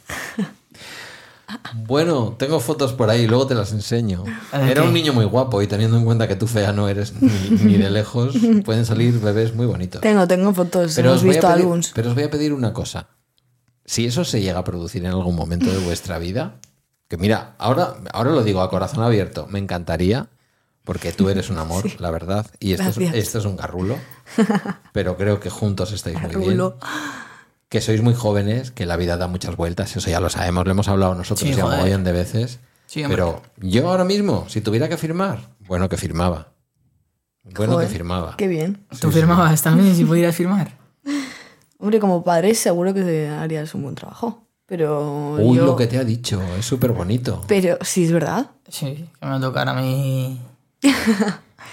Speaker 2: Bueno, tengo fotos por ahí, luego te las enseño.
Speaker 3: ¿De qué?
Speaker 2: Era un niño muy guapo y teniendo en cuenta que tú fea no eres ni, ni de lejos, pueden salir bebés muy bonitos.
Speaker 6: Tengo, tengo fotos, pues hemos
Speaker 2: voy a
Speaker 6: visto
Speaker 2: pedir-
Speaker 6: algunos.
Speaker 2: pero os voy a pedir una cosa. Si eso se llega a producir en algún momento de vuestra vida, que mira, ahora, ahora lo digo a corazón abierto, me encantaría, porque tú eres un amor, la verdad, y esto es,
Speaker 6: Gracias.
Speaker 2: esto es un garrulo, pero creo que juntos estáis muy bien.
Speaker 6: Rulo.
Speaker 2: Que sois muy jóvenes, que la vida da muchas vueltas, eso ya lo sabemos, lo hemos hablado nosotros
Speaker 3: Sí,
Speaker 2: ya un
Speaker 3: joder.
Speaker 2: mogollón de veces.
Speaker 3: Sí, hombre.
Speaker 2: pero yo ahora mismo, si tuviera que firmar, bueno que firmaba. Bueno
Speaker 6: Joder,
Speaker 2: que firmaba.
Speaker 6: Qué bien.
Speaker 3: ¿Tú firmabas también si pudieras firmar?
Speaker 6: Hombre, como padre seguro que harías un buen trabajo. Pero
Speaker 2: Uy,
Speaker 6: yo...
Speaker 2: lo que te ha dicho, es súper bonito.
Speaker 6: Pero sí, es verdad.
Speaker 3: Sí, que me va a tocar a mí.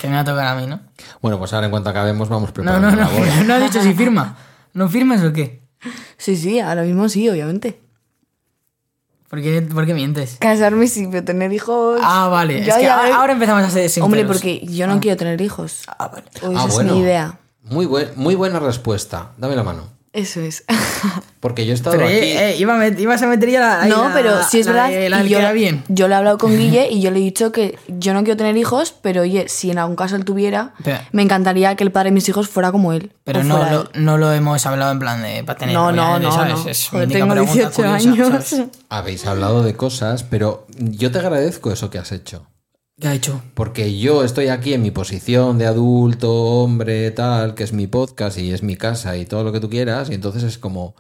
Speaker 3: Que me va a tocar a mí, ¿no?
Speaker 2: Bueno, pues ahora en cuanto acabemos vamos
Speaker 3: No,
Speaker 2: preparando
Speaker 3: no, no.
Speaker 2: la boda.
Speaker 3: No ha dicho si firma. ¿No firmas o qué?
Speaker 6: Sí, sí, ahora mismo sí, obviamente.
Speaker 3: ¿Por qué, por qué mientes?
Speaker 6: Casarme sí, pero tener hijos...
Speaker 3: Ah, vale.
Speaker 6: Pues Yo
Speaker 3: es que
Speaker 6: ya- eh.
Speaker 3: ahora, ahora empezamos a ser sinceros.
Speaker 6: Hombre, porque yo no quiero tener hijos.
Speaker 3: Ah, vale.
Speaker 2: Ah,
Speaker 6: O esa pues es
Speaker 2: bueno.
Speaker 6: mi idea.
Speaker 2: Muy, buen- muy buena respuesta. Dame la mano.
Speaker 6: Eso es.
Speaker 2: Porque yo he estado
Speaker 3: Pero
Speaker 2: aquí.
Speaker 3: eh, eh, iba a met- ibas a meter ya la. ahí
Speaker 6: no,
Speaker 3: la-
Speaker 6: pero sí es
Speaker 3: la
Speaker 6: verdad.
Speaker 3: de- La
Speaker 6: y
Speaker 3: del
Speaker 6: yo,
Speaker 3: que era bien.
Speaker 6: yo le he hablado con Guille y yo le he dicho que yo no quiero tener hijos, pero oye, si en algún caso él tuviera,
Speaker 3: Pero-
Speaker 6: me encantaría que el padre de mis hijos fuera como él.
Speaker 3: Pero
Speaker 6: o
Speaker 3: no
Speaker 6: fuera
Speaker 3: lo,
Speaker 6: él.
Speaker 3: no lo hemos hablado en plan de para tener
Speaker 6: No, no,
Speaker 3: novia,
Speaker 6: no,
Speaker 3: ¿sabes?
Speaker 6: no.
Speaker 3: Es
Speaker 6: Joder,
Speaker 3: una
Speaker 6: tengo
Speaker 3: pregunta
Speaker 6: 18
Speaker 3: curiosa,
Speaker 6: años.
Speaker 3: ¿sabes?
Speaker 2: Habéis hablado de cosas, pero yo te agradezco eso que has hecho.
Speaker 3: ¿Qué ha hecho?
Speaker 2: Porque yo estoy aquí en mi posición de adulto, hombre, tal, que es mi podcast y es mi casa y todo lo que tú quieras. Y entonces es como.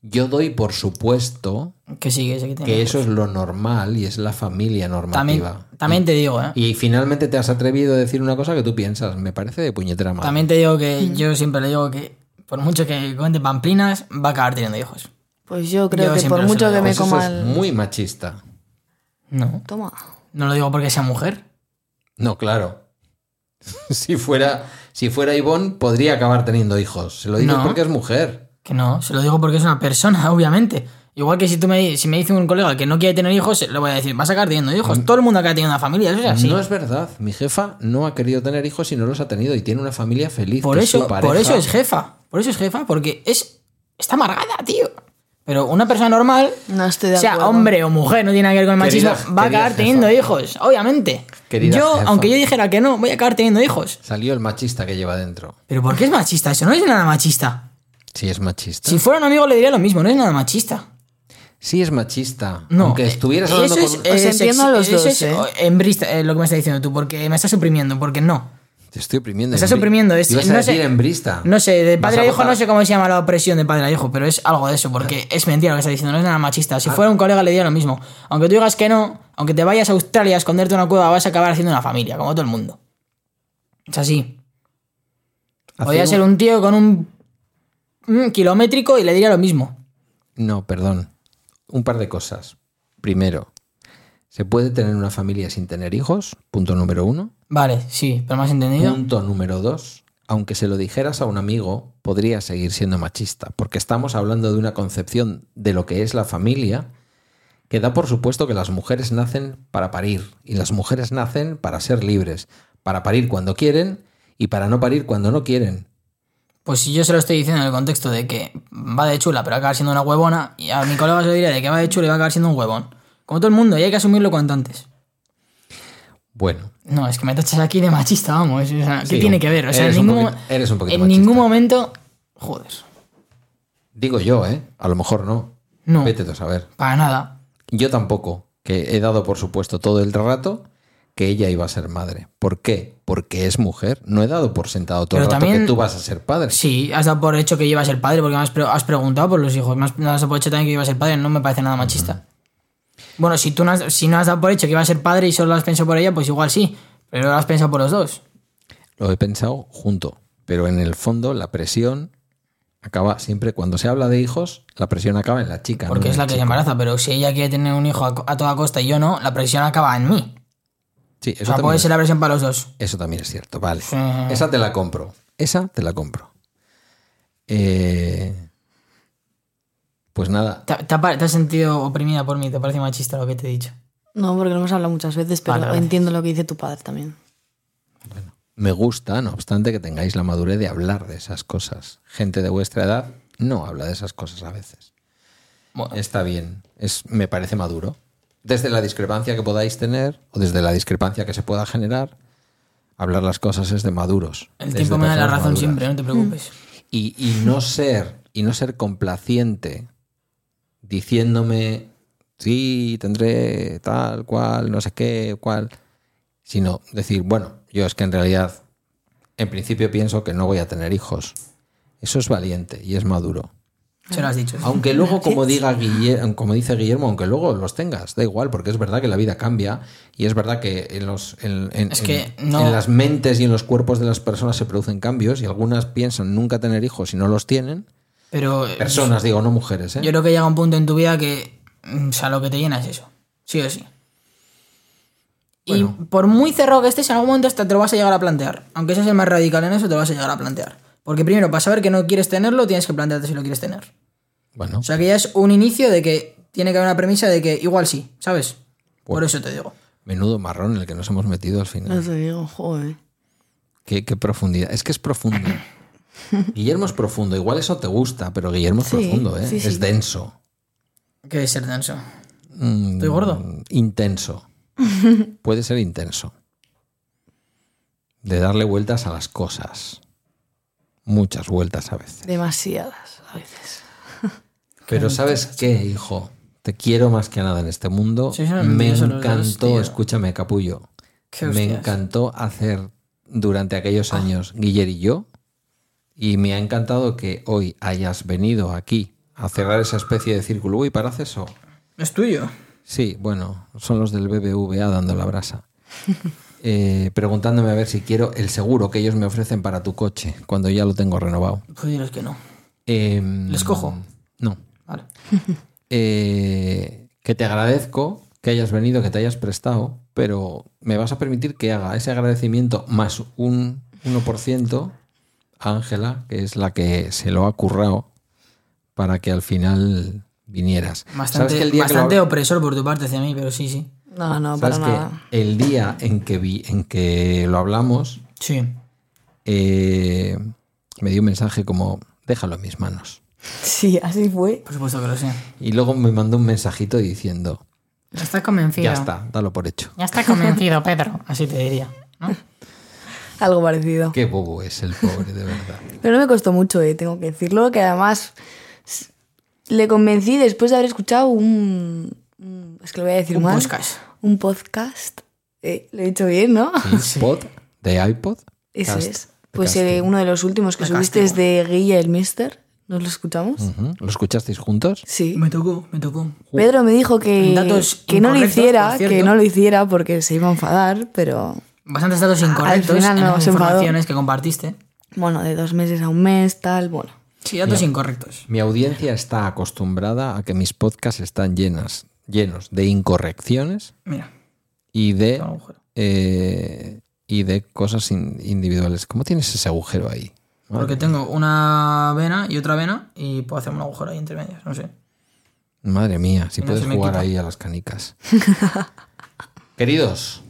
Speaker 2: Yo doy por supuesto
Speaker 3: Que sigue, ese que tiene.
Speaker 2: que eso es lo normal y es la familia
Speaker 3: también,
Speaker 2: normativa.
Speaker 3: también te digo, ¿eh?
Speaker 2: Y finalmente te has atrevido a decir una cosa que tú piensas. Me parece de puñetera madre.
Speaker 3: También te digo que
Speaker 6: Mm.
Speaker 3: yo siempre le digo que por mucho que cuente pamplinas, va a acabar teniendo hijos.
Speaker 6: Pues yo creo
Speaker 3: Yo
Speaker 6: que
Speaker 3: siempre se lo
Speaker 6: por mucho que
Speaker 3: digo.
Speaker 6: me
Speaker 2: Pues eso
Speaker 6: coma
Speaker 2: es
Speaker 6: el...
Speaker 2: muy machista.
Speaker 3: No.
Speaker 6: Toma.
Speaker 3: No lo digo porque sea mujer.
Speaker 2: No, claro. si fuera si fuera Ivonne, podría acabar teniendo hijos. Se lo digo
Speaker 3: No.
Speaker 2: porque es mujer.
Speaker 3: Que no, se lo digo porque es una persona, obviamente. Igual que si tú me, si me dice un colega que no quiere tener hijos, le voy a decir, vas a acabar teniendo hijos. Todo el mundo acaba teniendo una familia, eso es así.
Speaker 2: Mm. No es verdad. Mi jefa no ha querido tener hijos y no los ha tenido y tiene una familia feliz.
Speaker 3: Por
Speaker 2: que es su
Speaker 3: eso, por
Speaker 2: pareja.
Speaker 3: eso es jefa. Por eso es jefa, porque es. Está amargada, tío. Pero una persona normal,
Speaker 6: No estoy de
Speaker 3: sea
Speaker 6: acuerdo.
Speaker 3: hombre o mujer, no tiene nada que ver con el machismo,
Speaker 2: Querida-
Speaker 3: va a
Speaker 2: querida
Speaker 3: acabar
Speaker 2: jefa.
Speaker 3: teniendo hijos, obviamente.
Speaker 2: Querida
Speaker 3: yo,
Speaker 2: jefa.
Speaker 3: aunque yo dijera que no, voy a acabar teniendo hijos.
Speaker 2: Salió el machista que lleva dentro.
Speaker 3: Pero ¿por qué es machista eso? No es nada machista.
Speaker 2: Sí, es machista.
Speaker 3: Si fuera un amigo le diría lo mismo, no es nada machista.
Speaker 2: Sí, es machista.
Speaker 3: No.
Speaker 2: Aunque estuvieras
Speaker 3: eh,
Speaker 2: hablando
Speaker 3: eso
Speaker 2: con...
Speaker 3: es, eh,
Speaker 6: Os entiendo
Speaker 3: sexi-
Speaker 6: a los
Speaker 3: eso
Speaker 6: dos,
Speaker 3: es,
Speaker 6: eh.
Speaker 3: eh, hembrista, eh, lo que me estás diciendo tú, porque me estás suprimiendo, porque no.
Speaker 2: Te estoy oprimiendo.
Speaker 3: Me estás
Speaker 2: hembri-
Speaker 3: oprimiendo, es-
Speaker 2: Ibas a
Speaker 3: no
Speaker 2: decir
Speaker 3: sé-
Speaker 2: hembrista.
Speaker 3: No sé, de
Speaker 2: Vas
Speaker 3: padre a hijo
Speaker 2: votar.
Speaker 3: no sé cómo se llama la opresión de padre a hijo, pero es algo de eso, porque es mentira lo que está diciendo, no es nada machista.
Speaker 2: Ah.
Speaker 3: Si fuera un colega le diría lo mismo. Aunque tú digas que no, aunque te vayas a Australia a esconderte en una cueva, vas a acabar haciendo una familia, como todo el mundo. Es así.
Speaker 2: Hacer
Speaker 3: Podría
Speaker 2: un-
Speaker 3: ser un tío con un, un kilométrico y le diría lo mismo.
Speaker 2: No, perdón. Un par de cosas. Primero, ¿se puede tener una familia sin tener hijos? Punto número uno.
Speaker 3: Vale, sí, pero más entendido.
Speaker 2: Punto número dos. Aunque se lo dijeras a un amigo, podría seguir siendo machista, porque estamos hablando de una concepción de lo que es la familia que da por supuesto que las mujeres nacen para parir y las mujeres nacen para ser libres, para parir cuando quieren y para no parir cuando no quieren.
Speaker 3: Pues si yo se lo estoy diciendo en el contexto de que va de chula, pero va a acabar siendo una huevona, y a mi colega se lo diría de que va de chula y va a acabar siendo un huevón. Como todo el mundo, y hay que asumirlo cuanto antes.
Speaker 2: Bueno,
Speaker 3: No, es que me tachas aquí de machista, vamos. o sea, ¿Qué
Speaker 2: Sí,
Speaker 3: tiene que ver? O sea, en
Speaker 2: eres un
Speaker 3: ningún,
Speaker 2: poquito-
Speaker 3: mo-
Speaker 2: eres un poquito
Speaker 3: en
Speaker 2: machista.
Speaker 3: ningún momento. Joder,
Speaker 2: digo yo, ¿eh? A lo mejor no.
Speaker 3: No.
Speaker 2: Vete tú a saber.
Speaker 3: para nada.
Speaker 2: Yo tampoco, que he dado por supuesto todo el rato que ella iba a ser madre. ¿Por qué? Porque es mujer. No he dado por sentado todo el
Speaker 3: Pero
Speaker 2: rato que
Speaker 3: también-
Speaker 2: tú vas a ser padre.
Speaker 3: Sí, has dado por hecho que llevas el padre, porque me has, pre- has preguntado por los hijos. Me has, me has dado por hecho también que llevas el padre, no me parece nada
Speaker 2: Mm.
Speaker 3: machista. Bueno, si tú no has, si no has dado por hecho que iba a ser padre y solo lo has pensado por ella, pues igual sí. Pero lo has pensado por los dos.
Speaker 2: Lo he pensado junto, pero en el fondo la presión acaba siempre cuando se habla de hijos, la presión acaba en la chica. no
Speaker 3: Porque
Speaker 2: en
Speaker 3: es
Speaker 2: el
Speaker 3: la que se
Speaker 2: chico.
Speaker 3: embaraza, pero si ella quiere tener un hijo a, co- a toda costa y yo no, la presión acaba en mí.
Speaker 2: Sí, eso,
Speaker 3: O sea,
Speaker 2: también
Speaker 3: puede
Speaker 2: es,
Speaker 3: ser la presión para los dos.
Speaker 2: eso también es cierto, vale.
Speaker 3: Sí.
Speaker 2: Esa te la compro. Esa te la compro. Eh, pues nada,
Speaker 3: ¿Te, te ha pa- te has sentido oprimida por mí? ¿Te parece machista lo que te he dicho?
Speaker 6: No, porque lo hemos hablado muchas veces, pero
Speaker 3: Vale, gracias.
Speaker 6: entiendo lo que dice tu padre también.
Speaker 2: me gusta, no obstante, que tengáis la madurez de hablar de esas cosas. Gente de vuestra edad no habla de esas cosas a veces.
Speaker 3: Bueno,
Speaker 2: Está bien, es, me parece maduro. Desde la discrepancia que podáis tener o desde la discrepancia que se pueda generar, hablar las cosas es de maduros.
Speaker 3: el
Speaker 2: es
Speaker 3: tiempo
Speaker 2: de
Speaker 3: me da la
Speaker 2: personas
Speaker 3: razón
Speaker 2: maduras.
Speaker 3: siempre, no te preocupes.
Speaker 2: Y, y no ser, y no ser complaciente diciéndome, sí, tendré tal, cual, no sé qué, cual, sino decir, bueno, yo es que en realidad, en principio pienso que no voy a tener hijos. Eso es valiente y es maduro.
Speaker 3: Se lo has dicho.
Speaker 2: Aunque luego, como, diga Guille- como dice Guillermo, aunque luego los tengas, da igual, porque es verdad que la vida cambia y es verdad que en, los, en, en-
Speaker 3: Es que
Speaker 2: en-
Speaker 3: no-
Speaker 2: en las mentes y en los cuerpos de las personas se producen cambios y algunas piensan nunca tener hijos y no los tienen.
Speaker 3: Pero eh,
Speaker 2: Personas, digo, no mujeres. ¿eh?
Speaker 3: yo creo que llega un punto en tu vida que, mm, o sea, lo que te llena es eso. Sí o sí. Y por muy cerrado que estés, en algún momento hasta te lo vas a llegar a plantear. Aunque seas el más radical en eso, te lo vas a llegar a plantear. Porque primero, para saber que no quieres tenerlo, tienes que plantearte si lo quieres tener.
Speaker 2: Bueno,
Speaker 3: O sea, que ya es un inicio de que tiene que haber una premisa de que igual sí, ¿sabes? Por
Speaker 2: Bueno.
Speaker 3: eso te digo.
Speaker 2: menudo marrón en el que nos hemos metido al
Speaker 6: No
Speaker 2: final.
Speaker 6: te digo, joder.
Speaker 2: Qué, qué profundidad. Es que es profundo. Guillermo es profundo. Igual eso te gusta, pero Guillermo es
Speaker 6: Sí,
Speaker 2: profundo. ¿eh?
Speaker 6: sí, sí.
Speaker 2: Es denso.
Speaker 3: Que es ser denso.
Speaker 2: Mm,
Speaker 3: ¿Estoy gordo?
Speaker 2: Intenso. Puede ser intenso. De darle vueltas a las cosas. Muchas vueltas a veces.
Speaker 6: Demasiadas a veces.
Speaker 2: Pero ¿sabes qué, hijo? Te quiero más que nada en este mundo.
Speaker 3: Sí, sí,
Speaker 2: me
Speaker 3: mentiroso los dos,
Speaker 2: encantó,
Speaker 3: tío.
Speaker 2: escúchame, capullo.
Speaker 3: Qué
Speaker 2: Me
Speaker 3: hostias. Ah.
Speaker 2: encantó hacer durante aquellos años Guiller y yo. Y me ha encantado que hoy hayas venido aquí a cerrar esa especie de círculo. Uy, para eso.
Speaker 3: Es tuyo.
Speaker 2: Sí, bueno, son los del BBVA dando la brasa. Eh, preguntándome a ver si quiero el seguro que ellos me ofrecen para tu coche cuando ya lo tengo renovado.
Speaker 3: Pues dirás que no.
Speaker 2: Em,
Speaker 3: ¿Les cojo?
Speaker 2: No.
Speaker 3: Vale.
Speaker 2: Eh, que te agradezco que hayas venido, que te hayas prestado, pero me vas a permitir que haga ese agradecimiento más un 1% a Ángela, que es la que se lo ha currado para que al final vinieras. ¿Sabes
Speaker 3: Bastante,
Speaker 2: que el día que lo-
Speaker 3: bastante opresor por tu parte hacia mí, pero sí, sí.
Speaker 6: No, no, para
Speaker 2: ¿Sabes qué?
Speaker 6: nada.
Speaker 2: El día en que vi, en que lo hablamos,
Speaker 3: Sí.
Speaker 2: eh, me dio un mensaje como déjalo en mis manos.
Speaker 6: Sí, así fue.
Speaker 3: Por supuesto que lo sé.
Speaker 2: Y luego me mandó un mensajito diciendo
Speaker 3: Ya está convencido.
Speaker 2: ya está, dalo por hecho.
Speaker 3: Ya está convencido, Pedro. Así te diría. ¿no?
Speaker 6: Algo parecido.
Speaker 2: Qué bobo es el pobre, de verdad.
Speaker 6: Pero no me costó mucho, eh, tengo que decirlo, que además s- le convencí después de haber escuchado un... un- es que lo voy a decir
Speaker 3: Un
Speaker 6: mal.
Speaker 3: podcast.
Speaker 6: Un podcast. Eh, lo he dicho bien, ¿no?
Speaker 2: ¿Pod? ¿De iPod?
Speaker 6: Ese
Speaker 2: Cast-
Speaker 6: es. Pues
Speaker 2: casting.
Speaker 6: eh, uno de los últimos que
Speaker 3: De Mm.
Speaker 6: subiste es de Guilla el Mister. ¿Nos lo escuchamos?
Speaker 2: Ujú. ¿Lo escuchasteis juntos?
Speaker 6: Sí.
Speaker 3: Me tocó, me tocó.
Speaker 6: Pedro me dijo que,
Speaker 3: Datos
Speaker 6: que no lo
Speaker 3: incorrectos,
Speaker 6: hiciera,
Speaker 3: por cierto.
Speaker 6: que no lo hiciera porque se iba a enfadar, pero
Speaker 3: Bastantes datos
Speaker 6: Al
Speaker 3: incorrectos
Speaker 6: final
Speaker 3: en
Speaker 6: no,
Speaker 3: las
Speaker 6: se enfadó.
Speaker 3: informaciones que compartiste.
Speaker 6: bueno, de dos meses a un mes, tal, bueno.
Speaker 3: Sí, datos incorrectos.
Speaker 2: Mi audiencia está acostumbrada a que mis podcasts están llenas, llenos de incorrecciones
Speaker 3: Mira,
Speaker 2: y de
Speaker 3: tengo un agujero.
Speaker 2: eh, y de cosas in- individuales. ¿Cómo tienes ese agujero ahí?
Speaker 3: Porque tengo una vena y otra vena y puedo hacerme un agujero ahí entre medias, no sé.
Speaker 2: Madre mía, si
Speaker 3: No
Speaker 2: puedes
Speaker 3: se me
Speaker 2: jugar
Speaker 3: quita.
Speaker 2: ahí a las canicas. Queridos,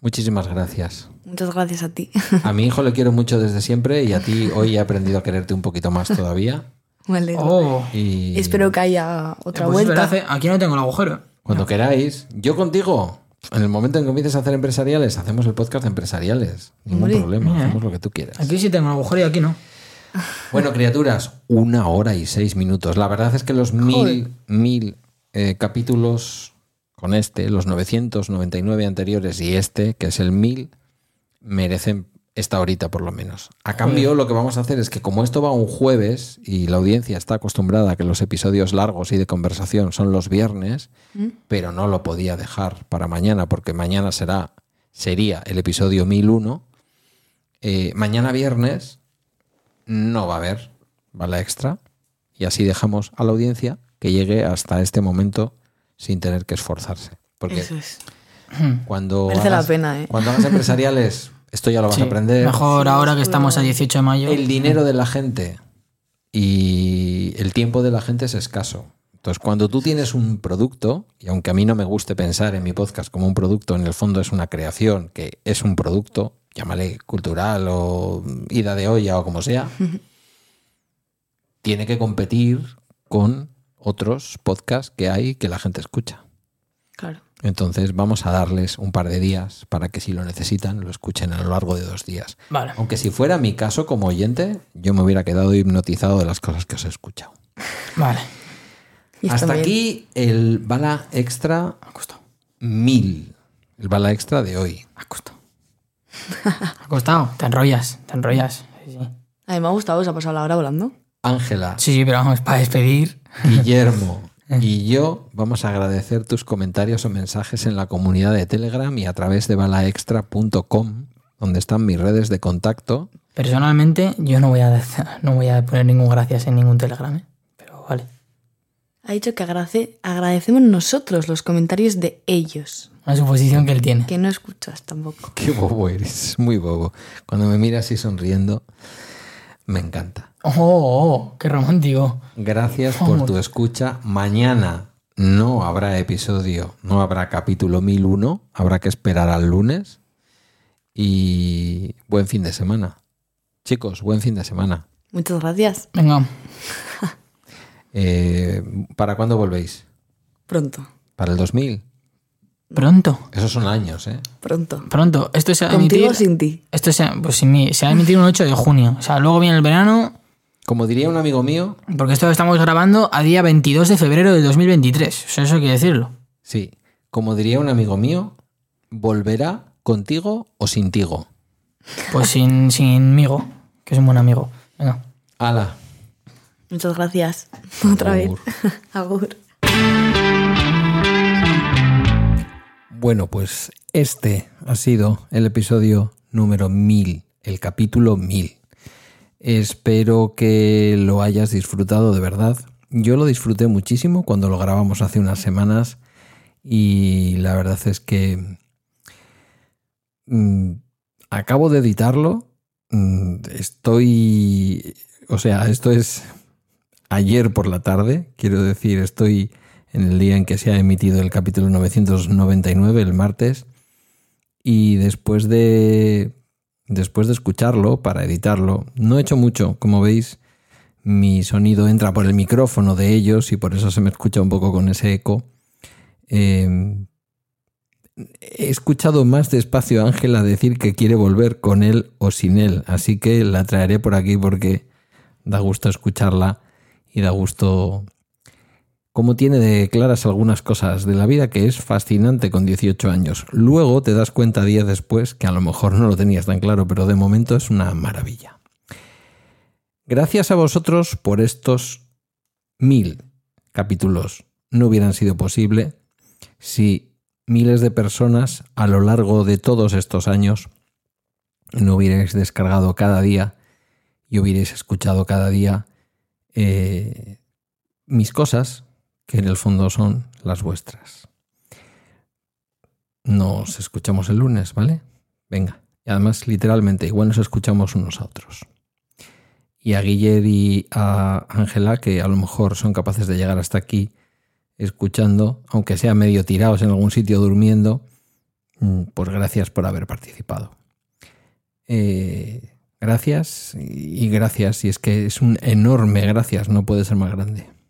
Speaker 2: muchísimas gracias.
Speaker 6: Muchas gracias a ti.
Speaker 2: A mi hijo le quiero mucho desde siempre y a ti hoy he aprendido a quererte un poquito más todavía.
Speaker 6: Me alegro.
Speaker 3: Oh, eh,
Speaker 2: Y
Speaker 6: Espero que haya otra
Speaker 3: pues es
Speaker 6: vuelta.
Speaker 3: verdad, eh, aquí no tengo el agujero.
Speaker 2: cuando queráis, yo contigo. En el momento en que empieces a hacer empresariales, hacemos el podcast de empresariales. Ningún
Speaker 6: Hombre,
Speaker 2: problema,
Speaker 3: mira, ¿eh?
Speaker 2: hacemos lo que tú quieras.
Speaker 3: Aquí sí tengo el agujero y aquí no.
Speaker 2: Bueno, criaturas, una hora y seis minutos. La verdad es que los mil, mil eh, capítulos con este, los 999 anteriores y este, que es el mil, merecen esta horita por lo menos. A cambio, lo que vamos a hacer es que como esto va un jueves y la audiencia está acostumbrada a que los episodios largos y de conversación son los viernes, pero no lo podía dejar para mañana porque mañana será sería el episodio 1001. Eh, mañana viernes no va a haber bala extra y así dejamos a la audiencia que llegue hasta este momento sin tener que esforzarse. Porque
Speaker 6: Eso es.
Speaker 2: cuando
Speaker 6: Merece la pena, ¿eh?
Speaker 2: cuando hagas empresariales, esto ya lo vas
Speaker 3: Sí,
Speaker 2: a aprender.
Speaker 3: Mejor ahora que estamos a 18 de mayo.
Speaker 2: El dinero de la gente y el tiempo de la gente es escaso. Entonces, cuando tú tienes un producto, y aunque a mí no me guste pensar en mi podcast como un producto, en el fondo es una creación que es un producto, llámale cultural o ida de olla o como sea, tiene que competir con otros podcasts que hay que la gente escucha.
Speaker 6: Claro.
Speaker 2: Entonces vamos a darles un par de días para que si lo necesitan lo escuchen a lo largo de dos días.
Speaker 3: Vale.
Speaker 2: Aunque si fuera mi caso como oyente, yo me hubiera quedado hipnotizado de las cosas que os he escuchado.
Speaker 3: Vale.
Speaker 6: Y está
Speaker 2: Hasta
Speaker 6: muy bien.
Speaker 2: aquí el bala extra 1000. El bala extra de hoy.
Speaker 3: Acostado. Acostado. Te enrollas, te enrollas. Sí, sí.
Speaker 6: A mí me ha gustado, se ha pasado la hora volando.
Speaker 2: Ángela,
Speaker 3: Sí, sí, pero vamos, para despedir.
Speaker 2: Guillermo
Speaker 6: Eh.
Speaker 2: y yo vamos a agradecer tus comentarios o mensajes en la comunidad de Telegram y a través de balaextra.com, donde están mis redes de contacto.
Speaker 3: Personalmente, yo no voy a, no voy a poner ningún gracias en ningún telegram, ¿eh? Pero vale.
Speaker 6: Ha dicho que agradece- agradecemos nosotros los comentarios de ellos,
Speaker 3: Una suposición que él tiene.
Speaker 6: que no escuchas tampoco.
Speaker 2: Qué bobo eres, muy bobo. Cuando me miras así sonriendo, me encanta.
Speaker 3: Oh, oh, oh, qué romántico.
Speaker 2: Gracias por tu escucha. Mañana no habrá episodio, no habrá capítulo 1001, habrá que esperar al lunes. Y buen fin de semana. Chicos, buen fin de semana.
Speaker 6: Muchas gracias.
Speaker 3: Venga,
Speaker 2: Eh, ¿Para cuándo volvéis?
Speaker 6: Pronto,
Speaker 2: ¿Para el 2000?
Speaker 3: pronto,
Speaker 2: Esos son años, ¿eh?
Speaker 6: pronto.
Speaker 3: pronto. Esto se ha
Speaker 6: Contigo
Speaker 3: emitido.
Speaker 6: o sin ti.
Speaker 3: Esto se, pues sin mí, se va a emitir un 8 de junio. O sea, luego viene el verano,
Speaker 2: Como diría un amigo mío,
Speaker 3: porque esto lo estamos grabando a día 22 de febrero de 2023. O sea, eso hay que decirlo.
Speaker 2: sí, como diría un amigo mío, volverá contigo o sin tigo.
Speaker 3: Pues sin, sin migo, que es un buen amigo. Venga.
Speaker 2: Ala.
Speaker 6: Muchas gracias. Otra vez.
Speaker 2: Agur.
Speaker 6: Agur.
Speaker 2: Bueno, pues este ha sido el episodio número 1000, el capítulo 1000. Espero que lo hayas disfrutado de verdad. Yo lo disfruté muchísimo cuando lo grabamos hace unas semanas y la verdad es que mm, acabo de editarlo. mm, Estoy, o sea, esto es ayer por la tarde, quiero decir, estoy en el día en que se ha emitido el capítulo 999, el martes, y después de después de escucharlo para editarlo, no he hecho mucho, como veis, mi sonido entra por el micrófono de ellos y por eso se me escucha un poco con ese eco. Eh, he escuchado más despacio a Ángela decir que quiere volver con él o sin él, así que la traeré por aquí porque da gusto escucharla y da gusto cómo tiene de claras algunas cosas de la vida que es fascinante con 18 años. Luego te das cuenta días después que a lo mejor no lo tenías tan claro, pero de momento es una maravilla. Gracias a vosotros por estos mil capítulos. No hubieran sido posible si miles de personas a lo largo de todos estos años no hubierais descargado cada día y hubierais escuchado cada día eh, mis cosas, que en el fondo son las vuestras. Nos escuchamos el lunes, ¿vale? Venga. Y además, literalmente, igual nos escuchamos unos a otros. Y a Guiller y a Ángela, que a lo mejor son capaces de llegar hasta aquí, escuchando, aunque sea medio tirados en algún sitio durmiendo, mm, pues gracias por haber participado. Eh, gracias y y gracias, y es que es un enorme gracias, no puede ser más grande.